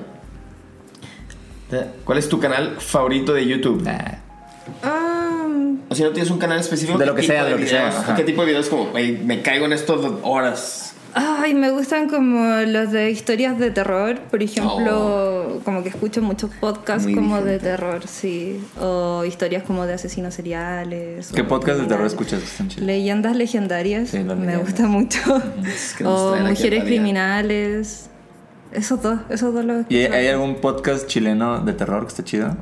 Speaker 3: Eh, ¿Cuál es tu canal favorito de YouTube?
Speaker 2: Nah.
Speaker 4: Ah,
Speaker 3: O si no tienes un canal específico.
Speaker 2: De lo
Speaker 3: ¿qué
Speaker 2: que
Speaker 3: tipo
Speaker 2: sea, de lo que sea,
Speaker 3: videos?
Speaker 2: ajá.
Speaker 3: ¿Qué tipo de videos como, "Ey, me caigo en esto dos horas?
Speaker 4: ay, me gustan como los de historias de terror, por ejemplo,
Speaker 2: Oh.
Speaker 4: como que escucho muchos podcasts
Speaker 3: Muy
Speaker 4: como
Speaker 3: vigente.
Speaker 4: de terror, sí, o historias como de asesinos seriales.
Speaker 2: ¿Qué
Speaker 4: o
Speaker 2: podcast de terror
Speaker 4: criminales.
Speaker 2: escuchas que están chidos?
Speaker 4: Leyendas legendarias,
Speaker 2: Sí, las
Speaker 4: me
Speaker 2: leyendas. [laughs]
Speaker 4: gusta mucho.
Speaker 3: que nos
Speaker 4: o
Speaker 3: traen aquí a
Speaker 4: mujeres
Speaker 3: la vida.
Speaker 4: criminales. Esos dos, esos dos los
Speaker 2: ¿Y eh, hay-
Speaker 4: escucho.
Speaker 2: hay algún podcast chileno de terror que esté chido?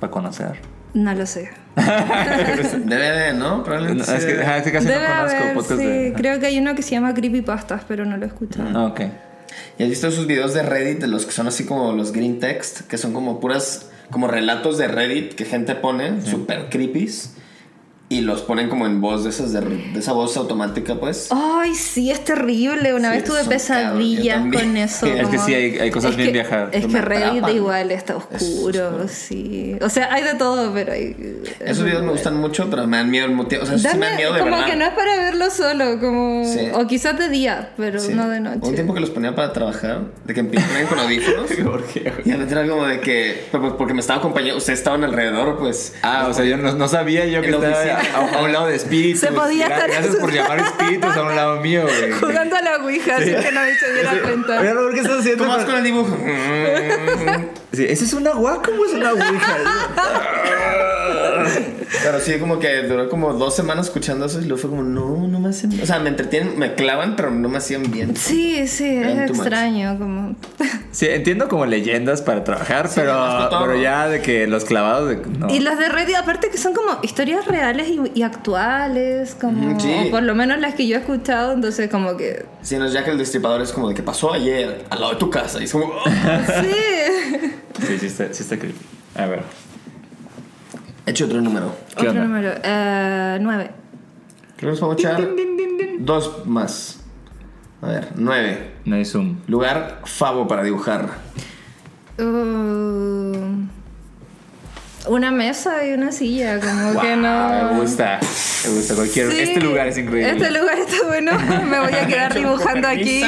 Speaker 2: Para conocer.
Speaker 4: No lo sé.
Speaker 3: Debe de, ¿no?
Speaker 2: No,
Speaker 3: Probablemente.
Speaker 2: es,
Speaker 3: sí
Speaker 2: que,
Speaker 3: debe.
Speaker 2: ajá, es que casi
Speaker 4: Debe
Speaker 2: no conozco
Speaker 4: haber,
Speaker 2: podcast
Speaker 4: sí,
Speaker 2: de.
Speaker 4: creo que hay uno que se llama Creepypastas, pero no lo he escuchado.
Speaker 2: Ah, ok.
Speaker 3: ¿Y has visto esos videos de Reddit de los que son así como los green text? Que son como puras, como relatos de Reddit que gente pone, super creepies. Y los ponen como en voz de esas, de, de esa voz automática, pues.
Speaker 4: Ay, sí, es terrible. Una
Speaker 3: Sí,
Speaker 4: vez tuve
Speaker 3: son cabros, yo
Speaker 4: pesadillas
Speaker 3: también. [laughs]
Speaker 4: con eso.
Speaker 3: Es
Speaker 2: que
Speaker 4: como-
Speaker 2: sí, hay- hay cosas
Speaker 4: es
Speaker 2: bien
Speaker 4: que-
Speaker 2: viejas
Speaker 4: Es
Speaker 3: que
Speaker 4: que
Speaker 3: me
Speaker 4: Reddit
Speaker 3: atrapan.
Speaker 4: igual está
Speaker 3: Es
Speaker 4: oscuro,
Speaker 3: oscuro.
Speaker 4: sí. O sea, hay de todo, pero hay...
Speaker 3: Esos videos me gustan mucho, pero me dan miedo el motivo. O sea, sí me
Speaker 4: Dame-
Speaker 3: dan miedo de
Speaker 4: como
Speaker 3: verdad.
Speaker 4: que no es para verlo solo, como...
Speaker 3: Sí.
Speaker 4: O quizás de día, pero
Speaker 3: Sí.
Speaker 4: no de
Speaker 3: Hubo Un
Speaker 4: noche.
Speaker 3: tiempo que los ponía para trabajar, de que empiezan con [laughs] audífonos.
Speaker 2: ¿Por qué?
Speaker 3: y al entrar como de que, pues, porque me estaba acompañando, ustedes estaban alrededor, pues.
Speaker 2: Ah, o sea, yo no, no sabía yo que
Speaker 3: En la
Speaker 2: estaba a,
Speaker 3: oficina.
Speaker 2: a un lado de espíritus.
Speaker 4: Se podía estar
Speaker 2: Gracias por llamar espíritus a un lado mío, güey.
Speaker 4: Jugando a la Ouija, así
Speaker 3: [laughs]
Speaker 4: que nadie se diera cuenta.
Speaker 2: Oye, Raúl, ¿qué estás haciendo?
Speaker 3: ¿Cómo vas con el dibujo? [laughs]
Speaker 2: Sí, ¿Eso es una agua? ¿Cómo es una ouija?
Speaker 3: Pero sí, como que duró como dos semanas escuchando eso y luego fue como, no, no me hacen bien. O sea, me entretienen, me clavan, pero no me hacían bien.
Speaker 4: Sí, sí, es
Speaker 3: Eran too much.
Speaker 4: extraño, como...
Speaker 2: [laughs] Sí, entiendo como leyendas para trabajar,
Speaker 3: más
Speaker 2: pero,
Speaker 3: que todo.
Speaker 2: pero ya de que los clavados de. No.
Speaker 4: Y los de Reddit, aparte que son como historias reales y, y actuales, como
Speaker 3: Ujú, Mm, sí.
Speaker 4: o por lo menos las que yo he escuchado, entonces como que...
Speaker 3: Si no, ya que el destripador es como de que pasó ayer al lado de tu casa. Y es como, [laughs] "Oh".
Speaker 4: Sí.
Speaker 2: Sí, sí está, sí está creepy. A ver.
Speaker 3: Hecho otro número.
Speaker 2: ¿Qué
Speaker 4: Otro
Speaker 2: onda?
Speaker 4: número. eh, nueve.
Speaker 3: Creo que nos vamos a echar dos más. A ver, nueve.
Speaker 2: No hay zoom.
Speaker 3: Lugar favo para dibujar.
Speaker 4: Uh, Una mesa y una silla, como
Speaker 2: Wow,
Speaker 4: que no.
Speaker 2: Me gusta, me gusta. Cualquier,
Speaker 4: Sí,
Speaker 2: este lugar es increíble.
Speaker 4: Este lugar
Speaker 2: [laughs]
Speaker 4: está bueno. Me voy a quedar dibujando aquí.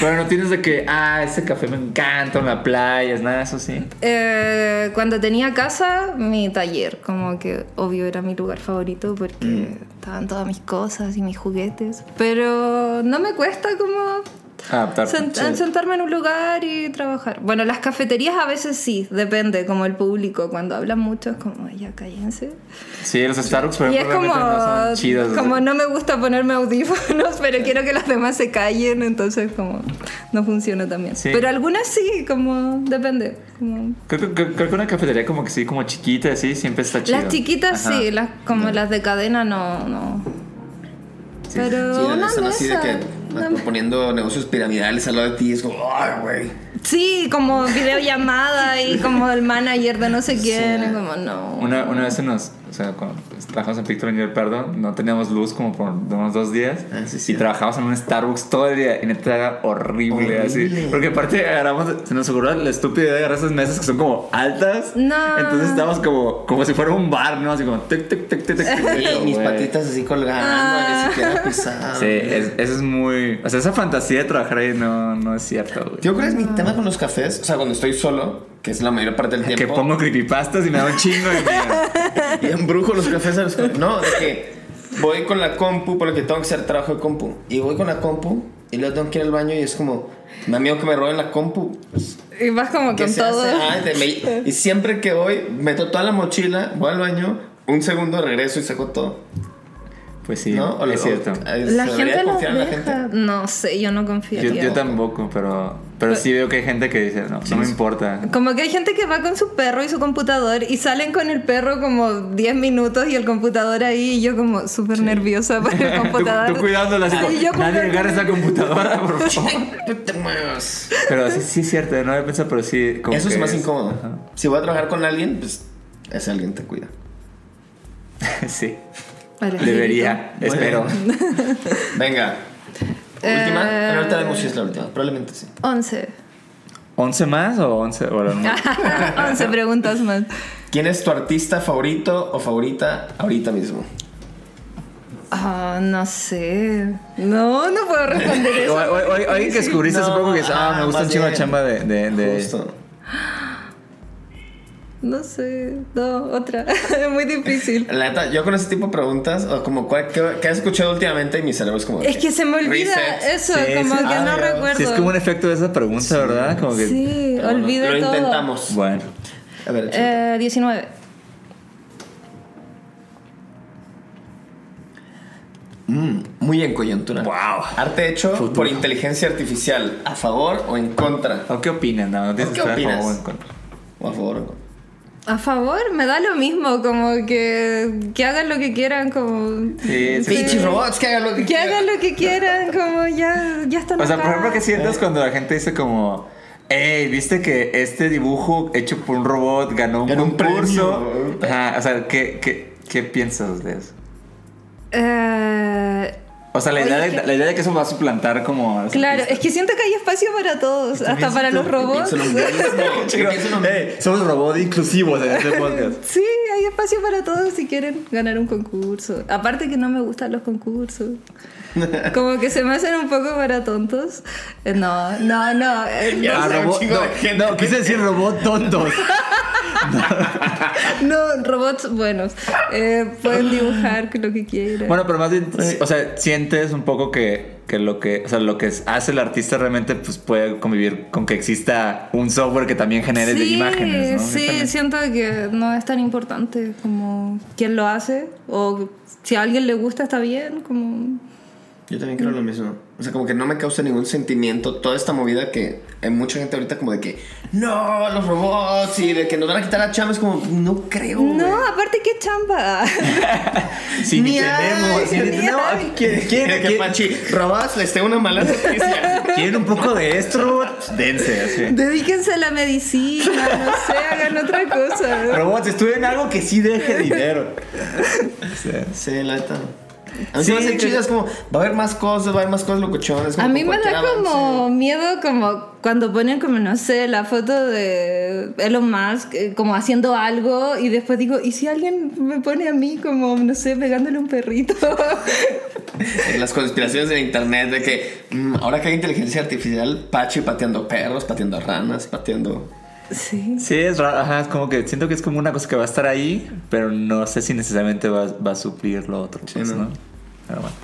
Speaker 2: Pero no tienes de que, ah, ese café me encanta, en la playa, es nada, de eso sí.
Speaker 4: Eh, cuando tenía casa, mi taller, como que obvio era mi lugar favorito porque
Speaker 2: Mm.
Speaker 4: estaban todas mis cosas y mis juguetes. Pero no me cuesta como
Speaker 2: Adaptarte.
Speaker 4: sent- sentarme en un lugar y trabajar. Bueno, las cafeterías a veces sí, depende, como el público. Cuando hablan mucho es como, ya cállense.
Speaker 2: Sí, los Starbucks, por
Speaker 4: Y es
Speaker 2: ejemplo,
Speaker 4: como,
Speaker 2: realmente no son chidos. o sea,
Speaker 4: como no me gusta ponerme audífonos, [laughs] pero quiero que los demás se callen, entonces como no funciona también.
Speaker 2: Sí.
Speaker 4: Pero algunas sí, como depende. como-
Speaker 2: Creo, que- creo- creo que una cafetería como que sí, como chiquita, así, siempre está chido.
Speaker 4: Las chiquitas
Speaker 2: Ajá.
Speaker 4: sí, las, como las de cadena no, no.
Speaker 2: Sí.
Speaker 4: Pero
Speaker 3: Sí,
Speaker 4: una
Speaker 3: están
Speaker 4: mesa.
Speaker 3: así de que
Speaker 4: una me-
Speaker 3: poniendo negocios piramidales al lado de ti. Es como, ay, güey.
Speaker 4: Sí, como videollamada y como el manager de no sé quién,
Speaker 3: Sí.
Speaker 4: y como no.
Speaker 2: Una, una vez se nos, o sea, cuando trabajamos en Picture Ranger Pardo, no teníamos luz como por unos dos días
Speaker 3: Ah, sí,
Speaker 2: y
Speaker 3: sí.
Speaker 2: trabajamos en un Starbucks todo el día y neta era horrible, así.
Speaker 3: Horrible.
Speaker 2: Porque aparte agarramos, se nos ocurrió la estúpida idea de agarrar esas mesas que son como altas.
Speaker 4: No.
Speaker 2: Entonces estábamos como, como si fuera un bar, ¿no? Así como tic, tic, tic, tic, tic.
Speaker 3: Y
Speaker 2: tic,
Speaker 3: mis
Speaker 2: güey.
Speaker 3: patitas así colgando,
Speaker 4: Ah.
Speaker 2: [laughs]
Speaker 3: ni siquiera pisando.
Speaker 2: Sí, es- eso es muy. O sea, esa fantasía de trabajar ahí no, no es cierto, güey.
Speaker 3: Yo creo que es mi tema con los cafés. O sea, cuando estoy solo, que es la mayor parte del tiempo.
Speaker 2: Que
Speaker 3: [laughs]
Speaker 2: pongo creepypastas y me da un chingo de miedo.
Speaker 3: Y embrujo los cafés a los co- No, de que voy con la compu, porque tengo que hacer trabajo de compu. Y voy con la compu y luego tengo que ir al baño y es como, me da miedo que me roben la compu.
Speaker 4: Y vas como
Speaker 3: ¿Qué
Speaker 4: con
Speaker 3: se
Speaker 4: todo.
Speaker 3: hace? Ah, de- me- y siempre que voy, meto toda la mochila, voy al baño, un segundo regreso y saco todo.
Speaker 2: Pues sí,
Speaker 3: ¿No? O-
Speaker 2: es
Speaker 3: o-
Speaker 2: cierto.
Speaker 3: eh, se
Speaker 4: La gente
Speaker 3: debería
Speaker 4: las
Speaker 3: confiar en la
Speaker 4: deja.
Speaker 3: gente.
Speaker 4: No sé, yo no
Speaker 2: Yo,
Speaker 4: confiaría.
Speaker 2: yo tampoco, pero, pero
Speaker 4: Pues
Speaker 2: sí veo que hay gente que dice, no, no me importa.
Speaker 4: Como que hay gente que va con su perro y su computador y salen con el perro como 10 minutos y el computador ahí y yo como súper
Speaker 3: [laughs]
Speaker 4: nerviosa por el
Speaker 2: Tú,
Speaker 4: computador.
Speaker 2: tú cuidándola, así
Speaker 4: Sí,
Speaker 2: como,
Speaker 4: yo con
Speaker 2: nadie
Speaker 4: el-
Speaker 2: agarra esa computadora,
Speaker 4: [laughs]
Speaker 2: por favor.
Speaker 3: No te muevas.
Speaker 2: Pero sí, sí es cierto, no había pensado, pero sí. como
Speaker 3: Eso es
Speaker 2: que
Speaker 3: más incómodo.
Speaker 2: Ajá. [laughs]
Speaker 3: Si voy a trabajar con alguien, pues ese alguien te cuida.
Speaker 2: Sí,
Speaker 4: Vale.
Speaker 2: debería,
Speaker 3: Muy
Speaker 2: espero.
Speaker 3: Venga.
Speaker 4: Eh,
Speaker 3: Última. Bueno, ahorita vemos si es la última. Probablemente sí.
Speaker 4: [laughs] 11.
Speaker 2: ¿11 más o 11? Bueno, no.
Speaker 4: Ah, 11 preguntas más.
Speaker 3: ¿Quién es tu artista favorito o favorita ahorita mismo?
Speaker 4: Ah, no sé. No, no puedo
Speaker 2: [laughs]
Speaker 4: responder
Speaker 2: O,
Speaker 4: eso.
Speaker 2: o- o- o alguien que descubriste
Speaker 3: No,
Speaker 2: supongo que es, ah,
Speaker 3: ah,
Speaker 2: me gusta un
Speaker 3: más
Speaker 2: chingo la
Speaker 3: bien.
Speaker 2: chamba de. de, de-
Speaker 3: Justo.
Speaker 4: No sé. No, otra. [laughs] Muy difícil.
Speaker 3: La neta, yo con ese tipo de preguntas, o como, ¿cuál- qué, qué has escuchado últimamente? Y mi cerebro es como.
Speaker 4: Es que se me olvida
Speaker 3: Reset.
Speaker 4: eso,
Speaker 2: Sí,
Speaker 4: como
Speaker 2: sí.
Speaker 4: que
Speaker 3: Ah,
Speaker 4: no
Speaker 3: ya.
Speaker 4: recuerdo.
Speaker 2: Sí, es como un efecto de esa pregunta, ¿verdad? Como que.
Speaker 4: Sí,
Speaker 3: Pero bueno,
Speaker 4: olvido
Speaker 3: Lo
Speaker 4: todo.
Speaker 3: intentamos.
Speaker 2: Bueno,
Speaker 3: A ver, échate.
Speaker 4: Eh, 19.
Speaker 3: Mm, muy en coyuntura.
Speaker 2: Wow.
Speaker 3: Arte hecho por
Speaker 2: Futuro.
Speaker 3: inteligencia artificial. ¿A favor o en contra?
Speaker 2: ¿o qué opinas? No, no tienes
Speaker 3: ¿Qué
Speaker 2: que estar a favor o
Speaker 3: opinas?
Speaker 2: en contra.
Speaker 3: ¿O a favor o en contra?
Speaker 4: A favor, me da lo mismo, como que, que hagan lo que quieran, como...
Speaker 2: Sí, sí.
Speaker 3: Pinches robots, que hagan lo que,
Speaker 4: Que
Speaker 3: quieran.
Speaker 4: hagan lo que quieran, como ya, ya están
Speaker 2: O sea, por
Speaker 4: acá.
Speaker 2: ejemplo, ¿qué sientes cuando la gente dice como, hey, viste que este dibujo hecho por un robot ganó un
Speaker 3: Ganó un
Speaker 2: concurso?
Speaker 3: premio.
Speaker 2: Ajá, o sea, ¿qué, qué, qué piensas de eso?
Speaker 4: Eh,
Speaker 2: O sea, la
Speaker 4: Oye,
Speaker 2: idea, de,
Speaker 4: es que-
Speaker 2: la idea de que eso va a suplantar como... los
Speaker 4: claro,
Speaker 2: artistas.
Speaker 4: es que siento que hay espacio para todos, hasta
Speaker 2: pienso
Speaker 4: para los
Speaker 2: tú,
Speaker 4: robots.
Speaker 3: Pienso lo
Speaker 4: [laughs]
Speaker 3: mismo. [laughs] Yo pienso lo mismo.
Speaker 2: Ey, somos robots inclusivos en este [laughs] podcast.
Speaker 4: [laughs] Sí, hay espacio para todos si quieren ganar un concurso. Aparte que no me gustan los concursos. Como que se me hacen un poco para tontos. Eh, No, no, no. eh,
Speaker 3: Ya
Speaker 2: Ah,
Speaker 3: sé, un
Speaker 2: robot-
Speaker 3: chingo de
Speaker 2: no,
Speaker 3: gente.
Speaker 2: no, quise decir robot [laughs] tontos.
Speaker 4: No, robots buenos. Eh, pueden dibujar lo que quieran.
Speaker 2: Bueno, pero más bien, o sea, sientes un poco que, que lo que, o sea, lo que hace el artista realmente pues puede convivir con que exista un software que también genere de imágenes, ¿no?
Speaker 4: Sí,
Speaker 2: También.
Speaker 4: siento que no es tan importante como quién lo hace o si a alguien le gusta está bien, como
Speaker 3: Yo también creo lo mismo. O sea, como que no me causa ningún sentimiento toda esta movida que hay mucha gente ahorita como de que no, los robots y de que nos van a quitar a chamba. Es como, no creo. güey". [laughs]
Speaker 4: No, aparte qué chamba.
Speaker 2: [laughs] Sí, ni
Speaker 3: Ni
Speaker 2: tenemos,
Speaker 3: hay,
Speaker 2: sí, ni
Speaker 4: ni
Speaker 2: tenemos.
Speaker 4: hay.
Speaker 2: Ay, ¿Quieren, quieren,
Speaker 3: que
Speaker 2: quieren,
Speaker 3: Pachi, robots les tengo una mala noticia.
Speaker 2: quieren un poco de esto, robot? Dense, así.
Speaker 4: [laughs] Dedíquense a la medicina, no sé, hagan otra cosa.
Speaker 2: Robots, estudien algo que sí deje dinero. Sí.
Speaker 3: sí, la neta. A mí se me
Speaker 2: Sí,
Speaker 3: hace
Speaker 2: que-
Speaker 3: chido, es como, va a haber más cosas, va a haber más cosas locochones. como
Speaker 4: A mí
Speaker 3: con
Speaker 4: me da
Speaker 3: cualquier avance.
Speaker 4: como miedo como cuando ponen como, no sé, la foto de Elon Musk eh, como haciendo algo y después digo, ¿y si alguien me pone a mí como, no sé, pegándole un perrito? [laughs]
Speaker 3: Eh, Las conspiraciones en internet de que mm, ahora que hay inteligencia artificial, Pachi pateando perros, pateando ranas, pateando.
Speaker 4: sí.
Speaker 2: Sí, es raro, ajá, es como que siento que es como una cosa que va a estar ahí, pero no sé si necesariamente va, va a suplir lo otro, pues,
Speaker 3: no.
Speaker 2: ¿no? Pero bueno.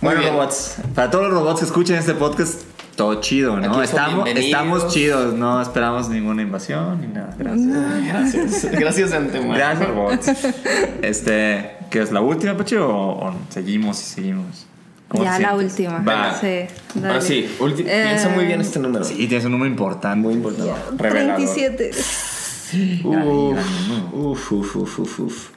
Speaker 3: Muy
Speaker 2: Bueno,
Speaker 3: bien.
Speaker 2: robots, para todos los robots que escuchen este podcast, todo chido,
Speaker 3: Aquí
Speaker 2: ¿no?
Speaker 3: son
Speaker 2: Estamos,
Speaker 3: bienvenidos.
Speaker 2: estamos chidos, no esperamos ninguna invasión ni nada. Gracias.
Speaker 3: Gracias. Gracias de antemano.
Speaker 2: Gracias,
Speaker 4: [laughs]
Speaker 2: robots. Este, ¿qué es la última, Pacho? ¿O, o seguimos y seguimos? ¿Cómo
Speaker 4: Ya
Speaker 2: te
Speaker 4: la
Speaker 2: sientes?
Speaker 4: última.
Speaker 2: Va.
Speaker 3: Venga.
Speaker 4: Sí, dale.
Speaker 3: Ahora sí, ulti- piensa
Speaker 4: Eh,
Speaker 3: muy bien este número.
Speaker 2: Sí, tienes un número importante.
Speaker 3: Muy importante.
Speaker 2: Revelador.
Speaker 4: 37.
Speaker 3: Uf, uf, uf, uf, uf, uf.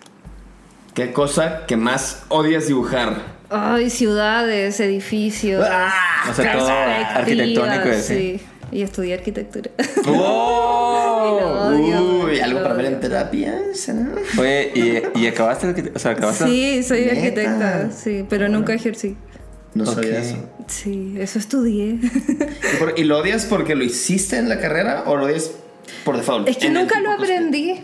Speaker 3: ¿Qué cosa que más odias dibujar?
Speaker 4: Ay, ciudades, edificios.
Speaker 3: ¡Ah!
Speaker 2: O sea, todo
Speaker 4: perspectivas,
Speaker 2: arquitectónico y así.
Speaker 4: sí. Y estudié arquitectura. [laughs]
Speaker 3: ¡Oh!
Speaker 4: Lo odio,
Speaker 3: Uy, algo
Speaker 4: lo
Speaker 3: para ver
Speaker 4: odio.
Speaker 3: en terapia. ¿será?
Speaker 2: Oye, ¿y, y acabaste? de que- O sea, acabaste.
Speaker 4: [laughs] Sí, soy
Speaker 3: ¿Neta?
Speaker 4: arquitecta, sí, pero nunca ejercí.
Speaker 3: No
Speaker 2: Ok.
Speaker 3: sabía eso.
Speaker 4: Sí, eso estudié. [laughs]
Speaker 3: ¿Y, por- y lo odias porque lo hiciste en la carrera o lo odias por default?
Speaker 4: Es que
Speaker 3: En el
Speaker 4: nunca
Speaker 3: tiempo
Speaker 4: lo
Speaker 3: justo.
Speaker 4: aprendí.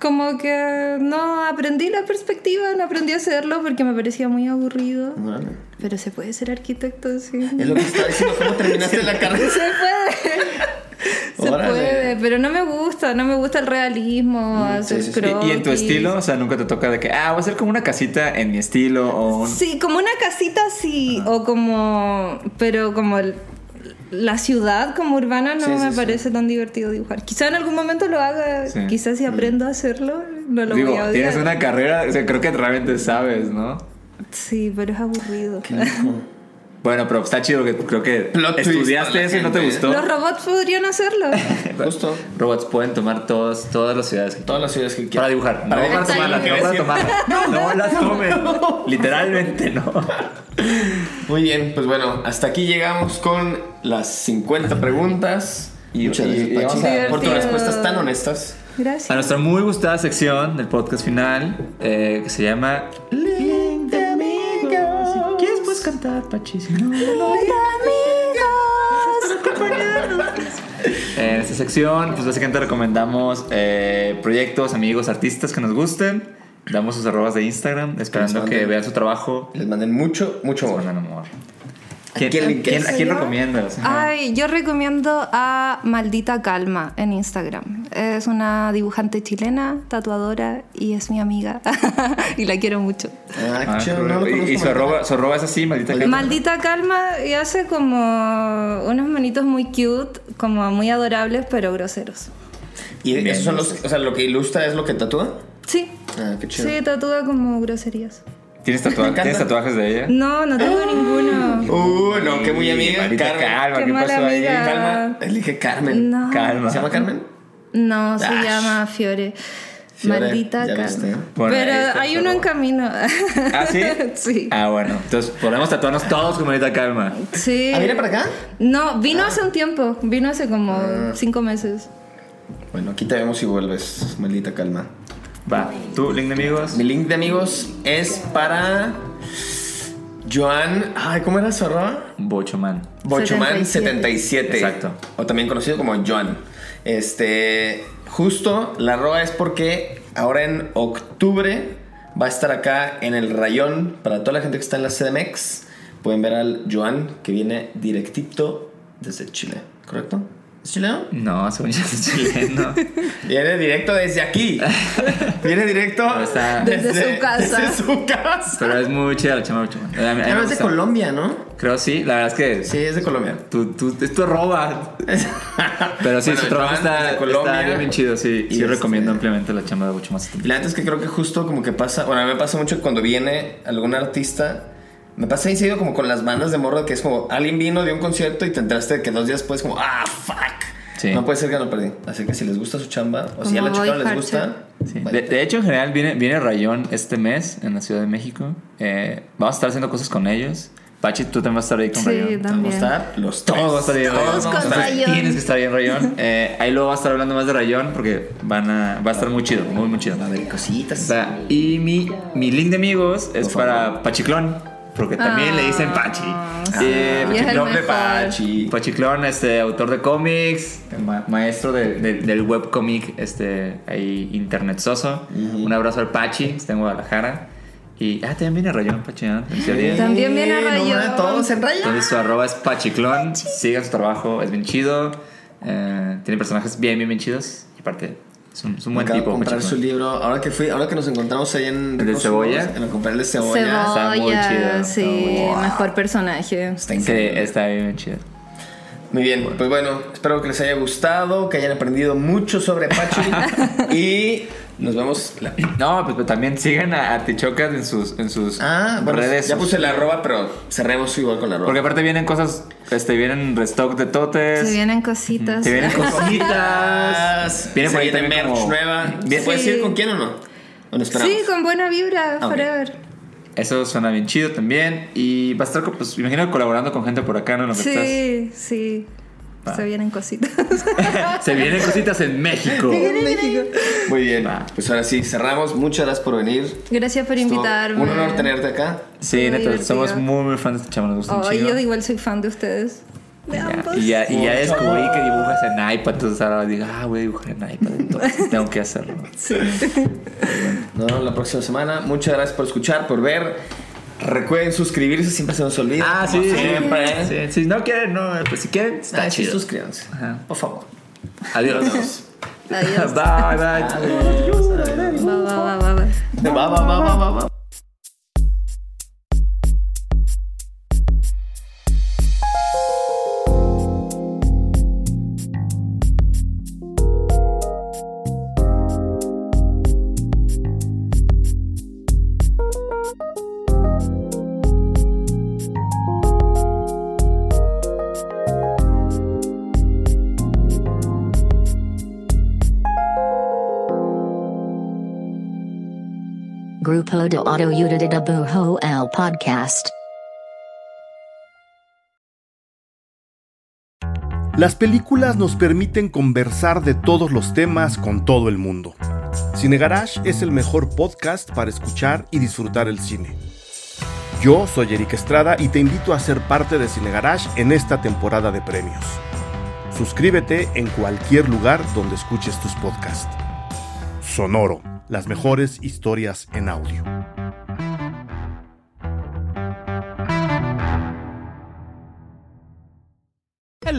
Speaker 4: Como que no aprendí la perspectiva, no aprendí a hacerlo porque me parecía muy aburrido.
Speaker 3: Órale.
Speaker 4: Pero se puede ser arquitecto, sí.
Speaker 3: Es
Speaker 4: [laughs]
Speaker 3: lo que estaba diciendo, ¿cómo terminaste la carrera?
Speaker 4: Se puede. Se
Speaker 3: Órale. Mm,
Speaker 4: puede, pero no me gusta, no me gusta el realismo, hacer
Speaker 3: sí, sí.
Speaker 2: ¿Y, y en tu
Speaker 4: croquis.
Speaker 2: estilo? O sea, nunca te toca de que, ah, voy a hacer como una casita en mi estilo o un.
Speaker 4: Sí, como una casita sí, o como, pero como el- la ciudad como urbana no
Speaker 3: Sí, sí,
Speaker 4: me
Speaker 3: sí.
Speaker 4: parece tan divertido dibujar. Quizá en algún momento lo haga,
Speaker 2: Sí. Mm.
Speaker 4: quizás si aprendo a hacerlo, no lo
Speaker 2: Digo,
Speaker 4: voy a odiar.
Speaker 2: tienes una carrera, o sea, creo que realmente sabes, ¿no?
Speaker 4: Sí, pero es aburrido.
Speaker 2: Bueno, pero está chido que creo que
Speaker 3: Plot twist
Speaker 2: estudiaste
Speaker 3: para la
Speaker 2: eso y no te
Speaker 3: gente, ¿eh?
Speaker 2: gustó.
Speaker 4: [laughs] Los robots podrían
Speaker 2: [laughs]
Speaker 4: hacerlo.
Speaker 3: Justo.
Speaker 2: Robots pueden tomar todos, todas las ciudades que
Speaker 3: Todas las ciudades que
Speaker 2: Para
Speaker 3: quieras.
Speaker 2: dibujar, no
Speaker 3: Para
Speaker 2: para
Speaker 3: dibujar.
Speaker 2: tomarlas, no para
Speaker 3: Sí.
Speaker 2: tomarlas. [laughs] No las tomen, literalmente no.
Speaker 3: Muy bien, pues bueno, hasta aquí llegamos con las 50 preguntas. Y,
Speaker 2: Muchas gracias,
Speaker 3: y- y vamos
Speaker 2: Pachi.
Speaker 3: a- por tus
Speaker 4: Divertido.
Speaker 3: respuestas tan honestas.
Speaker 2: A
Speaker 4: Gracias.
Speaker 2: nuestra muy gustada sección del podcast final, eh, que se llama Link de Amigos. Si quieres puedes cantar, Pachi, si no, no. [laughs] En esta sección, pues básicamente recomendamos eh, proyectos, amigos, artistas que nos gusten. Damos sus arrobas de Instagram, esperando
Speaker 3: manden.
Speaker 2: que vean su trabajo.
Speaker 3: Les manden mucho, mucho
Speaker 2: Se
Speaker 3: amor.
Speaker 2: mandan amor.
Speaker 3: ¿A quién
Speaker 2: ¿Quién,
Speaker 3: linkeas?
Speaker 2: quién, a quién
Speaker 4: ¿Yo?
Speaker 2: recomiendas? Ajá.
Speaker 4: Ay, yo recomiendo a Maldita Calma en Instagram. Es una dibujante chilena, tatuadora y es mi amiga. [laughs] y la quiero mucho.
Speaker 3: Ah,
Speaker 2: Ah,
Speaker 3: qué chido,
Speaker 2: qué
Speaker 3: no lo
Speaker 2: bueno. y,
Speaker 3: conozco,
Speaker 2: y su
Speaker 3: Marta.
Speaker 2: arroba, su arroba es así, maldita gente.
Speaker 4: Maldita Calma y hace como unos manitos muy cute, como muy adorables, pero groseros.
Speaker 3: Y
Speaker 2: Bien,
Speaker 3: esos son
Speaker 2: no
Speaker 3: los. O sea, lo que ilustra es lo que tatúa.
Speaker 4: Sí.
Speaker 3: Ah, qué chido.
Speaker 4: Sí, tatúa como groserías.
Speaker 2: ¿Tienes, tatua-
Speaker 3: Me encanta.
Speaker 2: ¿Tienes tatuajes de ella?
Speaker 4: No, no tengo ninguno.
Speaker 3: Uh, no, que muy amiga.
Speaker 2: Maldita
Speaker 3: Carmen.
Speaker 2: calma,
Speaker 4: Qué
Speaker 2: ¿qué
Speaker 4: mala
Speaker 2: pasó ahí?
Speaker 4: amiga.
Speaker 3: Calma. Elige Carmen.
Speaker 4: No.
Speaker 2: Calma.
Speaker 3: ¿Se llama Carmen?
Speaker 4: No, se
Speaker 3: Ash.
Speaker 4: llama Fiore.
Speaker 3: Fiore,
Speaker 4: Maldita
Speaker 3: ya
Speaker 4: Calma.
Speaker 3: viste.
Speaker 2: Bueno,
Speaker 4: pero
Speaker 2: ahí está
Speaker 4: hay
Speaker 2: su
Speaker 4: uno en
Speaker 2: arroba.
Speaker 4: camino.
Speaker 2: ¿Ah, sí?
Speaker 4: [laughs] sí.
Speaker 2: Ah, bueno. Entonces, podemos tatuarnos todos con maldita calma.
Speaker 4: Sí.
Speaker 3: ¿Ah, viene para acá? Ah.
Speaker 4: No, vino hace un tiempo. Vino hace como cinco meses.
Speaker 3: Bueno, aquí te vemos si vuelves. Maldita calma.
Speaker 2: Va. ¿Tú, link de amigos?
Speaker 3: Mi link de amigos es para. Joan. Ay, ¿cómo era su arroba?
Speaker 2: Bochoman.
Speaker 3: Bochoman77.
Speaker 2: Exacto.
Speaker 3: O también conocido como John. Este, justo la roba es porque ahora en octubre va a estar acá en el Rayón para toda la gente que está en la CDMX. Pueden ver al Joan que viene directito desde Chile, ¿correcto? ¿Es chileno?
Speaker 2: No, según yo es
Speaker 4: [laughs]
Speaker 2: chileno.
Speaker 3: Viene directo
Speaker 2: [laughs]
Speaker 3: desde aquí. Viene directo
Speaker 2: está-
Speaker 4: Desde su casa.
Speaker 3: Desde su casa.
Speaker 2: Pero es muy chido la chama Bochoman. A mí- a mí me
Speaker 3: Además de
Speaker 2: gusta.
Speaker 3: Colombia, ¿no?
Speaker 2: Creo sí, la verdad es que
Speaker 3: Sí, es de Colombia.
Speaker 2: tú, tú, es tu arroba. Pero sí,
Speaker 3: Bueno,
Speaker 2: su trabajo
Speaker 3: Joan es
Speaker 2: está,
Speaker 3: de Colombia.
Speaker 2: está bien, bien chido. Sí,
Speaker 3: Y
Speaker 2: sí
Speaker 3: este-
Speaker 2: recomiendo ampliamente la chamba de Bochoman.
Speaker 3: Y La neta es que creo que justo como que pasa, bueno, a mí me pasa mucho cuando viene algún artista, me pasa ahí seguido como con las bandas de morro, que es como alguien vino de un concierto y te enteraste de que dos días después como, ah, fuck.
Speaker 2: Sí.
Speaker 3: No puede ser que lo perdí. Así que si les gusta su chamba, o si
Speaker 4: Como
Speaker 3: ya la
Speaker 4: Boy
Speaker 3: checaron, les
Speaker 4: Harcher.
Speaker 3: gusta.
Speaker 2: Sí.
Speaker 3: vale.
Speaker 2: De, de hecho, en general viene, viene Rayón este mes en la Ciudad de México. Eh, vamos a estar haciendo cosas con ellos. Pachi, tú también vas a estar ahí con
Speaker 4: Sí,
Speaker 2: Rayón.
Speaker 4: también.
Speaker 3: Vamos a estar los tres.
Speaker 2: Todos vas a estar ahí en
Speaker 4: Todos
Speaker 2: Rayón.
Speaker 4: con
Speaker 2: Entonces,
Speaker 4: Rayón.
Speaker 2: Tienes que estar ahí en
Speaker 4: [laughs]
Speaker 2: Rayón. Eh, ahí luego va a estar hablando más de Rayón porque van a, va a estar muy chido, muy, muy chido.
Speaker 3: Va a haber cositas.
Speaker 2: Está. Y mi, mi link de amigos es
Speaker 3: Por favor.
Speaker 2: para Pachiclón, porque también
Speaker 4: Ah,
Speaker 2: le dicen Pachi.
Speaker 4: sí.
Speaker 2: Eh,
Speaker 4: Y es el
Speaker 2: Pachiclón de
Speaker 4: mejor.
Speaker 2: Pachi. Pachiclón, este, autor de cómics, ma- maestro de- de- del webcomic, este, ahí internet soso. Un abrazo al Pachi, que está en Guadalajara. Y, ah, también viene Rayón, Pachi, ¿no? En teoría.
Speaker 4: También viene
Speaker 3: Eh,
Speaker 4: Rayón.
Speaker 3: nombre de Todos en Rayón.
Speaker 2: Entonces su arroba es Pachiclón. Sigan su trabajo, es bien chido. Eh, tiene personajes bien, bien, bien chidos. Y aparte, es un, es un buen
Speaker 3: Acabo de
Speaker 2: tipo.
Speaker 3: comprar
Speaker 2: Pachiclón.
Speaker 3: su libro. Ahora que fui, ahora que nos encontramos ahí en
Speaker 2: ¿El de
Speaker 3: Recursos
Speaker 2: Cebolla?
Speaker 3: Humanos, En el comprar el de cebolla.
Speaker 2: está muy chido.
Speaker 4: Cebolla, sí,
Speaker 2: Está muy chido.
Speaker 4: mejor personaje.
Speaker 3: Está
Speaker 2: Sí,
Speaker 3: increíble.
Speaker 2: está bien chido.
Speaker 3: Muy bien, pues bueno, espero que les haya gustado, que hayan aprendido mucho sobre
Speaker 2: [laughs]
Speaker 3: Pachi y nos vemos la
Speaker 2: No, pues, pues, también sigan a, a Tichocas en sus, en sus
Speaker 3: Ah, bueno,
Speaker 2: redes.
Speaker 3: ya puse
Speaker 2: sociales.
Speaker 3: la arroba, pero cerremos igual con la arroba.
Speaker 2: Porque aparte vienen cosas, este, vienen restock de totes.
Speaker 4: Se vienen cositas.
Speaker 2: se
Speaker 4: [laughs]
Speaker 2: vienen
Speaker 3: cositas.
Speaker 2: cositas. Viene
Speaker 3: se
Speaker 2: por ahí
Speaker 3: viene
Speaker 2: también
Speaker 3: merch
Speaker 2: como-
Speaker 3: nueva. ¿Se
Speaker 2: Bien.
Speaker 3: puede
Speaker 4: Sí.
Speaker 3: decir con quién o no? ¿O nos esperamos?
Speaker 4: Sí, con buena vibra,
Speaker 3: Ah, ok.
Speaker 4: forever.
Speaker 2: Eso suena bien chido también. Y va a estar, co- pues, me imagino, colaborando con gente por acá, ¿no? En Lo que
Speaker 4: Sí, sí.
Speaker 2: pues, Va.
Speaker 4: Se vienen
Speaker 2: [laughs]
Speaker 4: cositas.
Speaker 2: estás. Se vienen cositas en
Speaker 4: [laughs]
Speaker 2: México.
Speaker 3: Muy bien.
Speaker 2: Va.
Speaker 3: Pues ahora sí, cerramos. Muchas gracias por venir.
Speaker 4: Gracias por invitarme.
Speaker 3: Un honor tenerte acá.
Speaker 2: Sí,
Speaker 4: Muy
Speaker 2: neta,
Speaker 4: divertido.
Speaker 2: somos muy, muy fans de este chavo, nos gusta un
Speaker 4: Oh, y
Speaker 2: chingo.
Speaker 4: yo pues, igual soy fan de ustedes. De ambos.
Speaker 2: Y ya, y ya
Speaker 3: Mucho.
Speaker 2: descubrí que dibujas en iPad, entonces ahora digo, ah, voy a dibujar en iPad,
Speaker 4: [laughs]
Speaker 2: entonces tengo que hacerlo.
Speaker 4: Sí.
Speaker 3: Nos vemos la próxima semana. Muchas gracias por escuchar, por ver. Recuerden suscribirse, siempre se nos olvida. como Siempre.
Speaker 2: Ah, sí. Si no quieren, no, pues si quieren, está
Speaker 3: Ah, sí,
Speaker 2: chido.
Speaker 3: suscríbanse.
Speaker 2: Ajá.
Speaker 3: Por favor.
Speaker 2: Adiós. [laughs]
Speaker 4: Adiós.
Speaker 2: bye, bye. Pues,
Speaker 4: Va, va, va, va, va.
Speaker 3: [laughs] Va, va, va, va, va, va.
Speaker 1: Grupo de Auto Uda de Buho El Podcast.
Speaker 5: Las películas nos permiten conversar de todos los temas con todo el mundo. Cine Garage es el mejor podcast para escuchar y disfrutar el cine. Yo soy Eric Estrada y te invito a ser parte de Cine Garage en esta temporada de premios. Suscríbete en cualquier lugar donde escuches tus podcasts. Sonoro, las mejores historias en audio.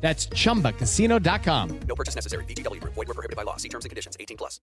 Speaker 6: That's chumbacasino.com.
Speaker 7: No purchase necessary. VGW Group. Void were prohibited by law. See terms and conditions. 18 plus.